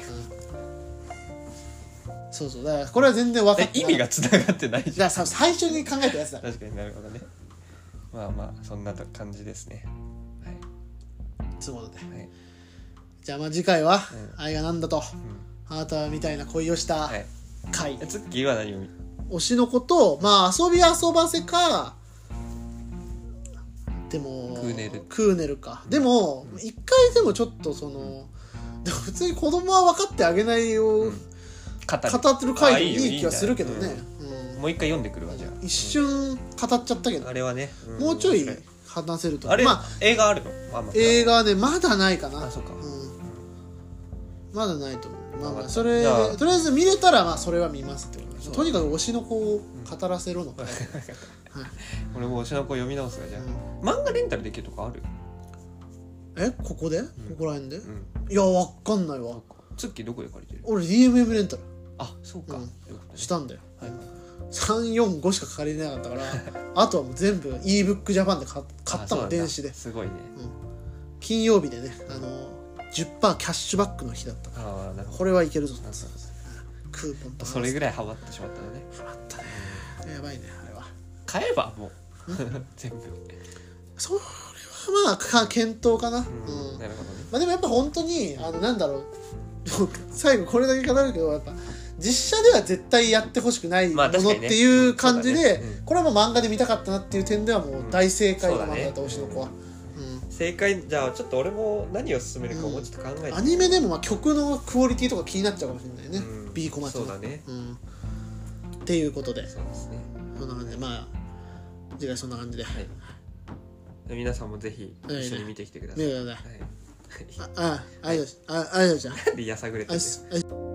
うんそうそうだからこれは全然分か
え
って
意
ない
味がつながってない
じ
じゃ
ゃ
ん
あさ最初に考えたやつだ
確かになるほどねまあまあそんな感じですねはい
つうことで
はい、
じゃあまあ次回は「
う
愛がなんだと
うん
あなたみたいな恋をした
はい、
回」
えツッキーは何を見
推しのことをまあ遊び遊ばせかでも
クーネル
クーネルかでも一回でもちょっとそのでも普通に子供は分かってあげないを
うん
語
語
ってる回で
あ
も
いいよ
いい気はするけどね
いいん
うん
もう一回読んでくるわじゃあ
一瞬語っちゃったけ
うんあ
ど
れはね、ん
もうちょい
面白
話せると
あれ、
まあ
映画あるのあ、まあ
映画はねまだないかな
あそうか
うんまだないと思うまあ
わか
まあ
った
それ
じゃあ
とりあえず見れたらまあそれは見ますってことで
そう
とにかく推しの子を語らせろのか、はい
俺も推しの子読み直すわ じゃあ、漫画レンタルできるとかある
えここで、ここら辺で、
うん
いやわかんないわ
ツッキーどこで借りてる
俺 DMM レンタル
あそうか、
うん
そういうことね
したんだよ、
はい
345しか書かれてなかったから あとはもう全部 ebookJapan で買買った
あそうな
の
んだ
電子です
ごいね
金曜日でねあの10%キャッシュバックの日だったか
ああなる
ら
ほ
こ
ど
れはいけるぞって
そう
クーポンと
それぐらいハマってしまったのね
ハマったねやばいねあれは
買えばもう 全部、
それはまあか検討かな、うん
うん、なるほどね
まあ、でもやっぱ本当にあのなんだろう 最後これだけ語るけどやっぱ実写では絶対やってほしくない
ま
も
あ
のっ
確
て
かにね
いう感じ
う
で
んそうだねうん
これはもう漫画で見たかったなっていう点ではもう大正解の漫画だった
うん
推しの子は、
正解じゃあちょっと俺も何を進めるかもうちょっと考え
う
て、
ん、アニメでもまあ曲のクオリティとか気になっちゃうかもしれないね、
うん
B コマと
そう
か
だね
うん、っていうことで
そうですね
そんな感じでまあ次回そんな感じで
はい皆さんもぜひ一緒に見てきてくださ
見
い、
てください
はい
啊あああいだしああいだしじゃん
でやさぐれてて
あいっすあいっす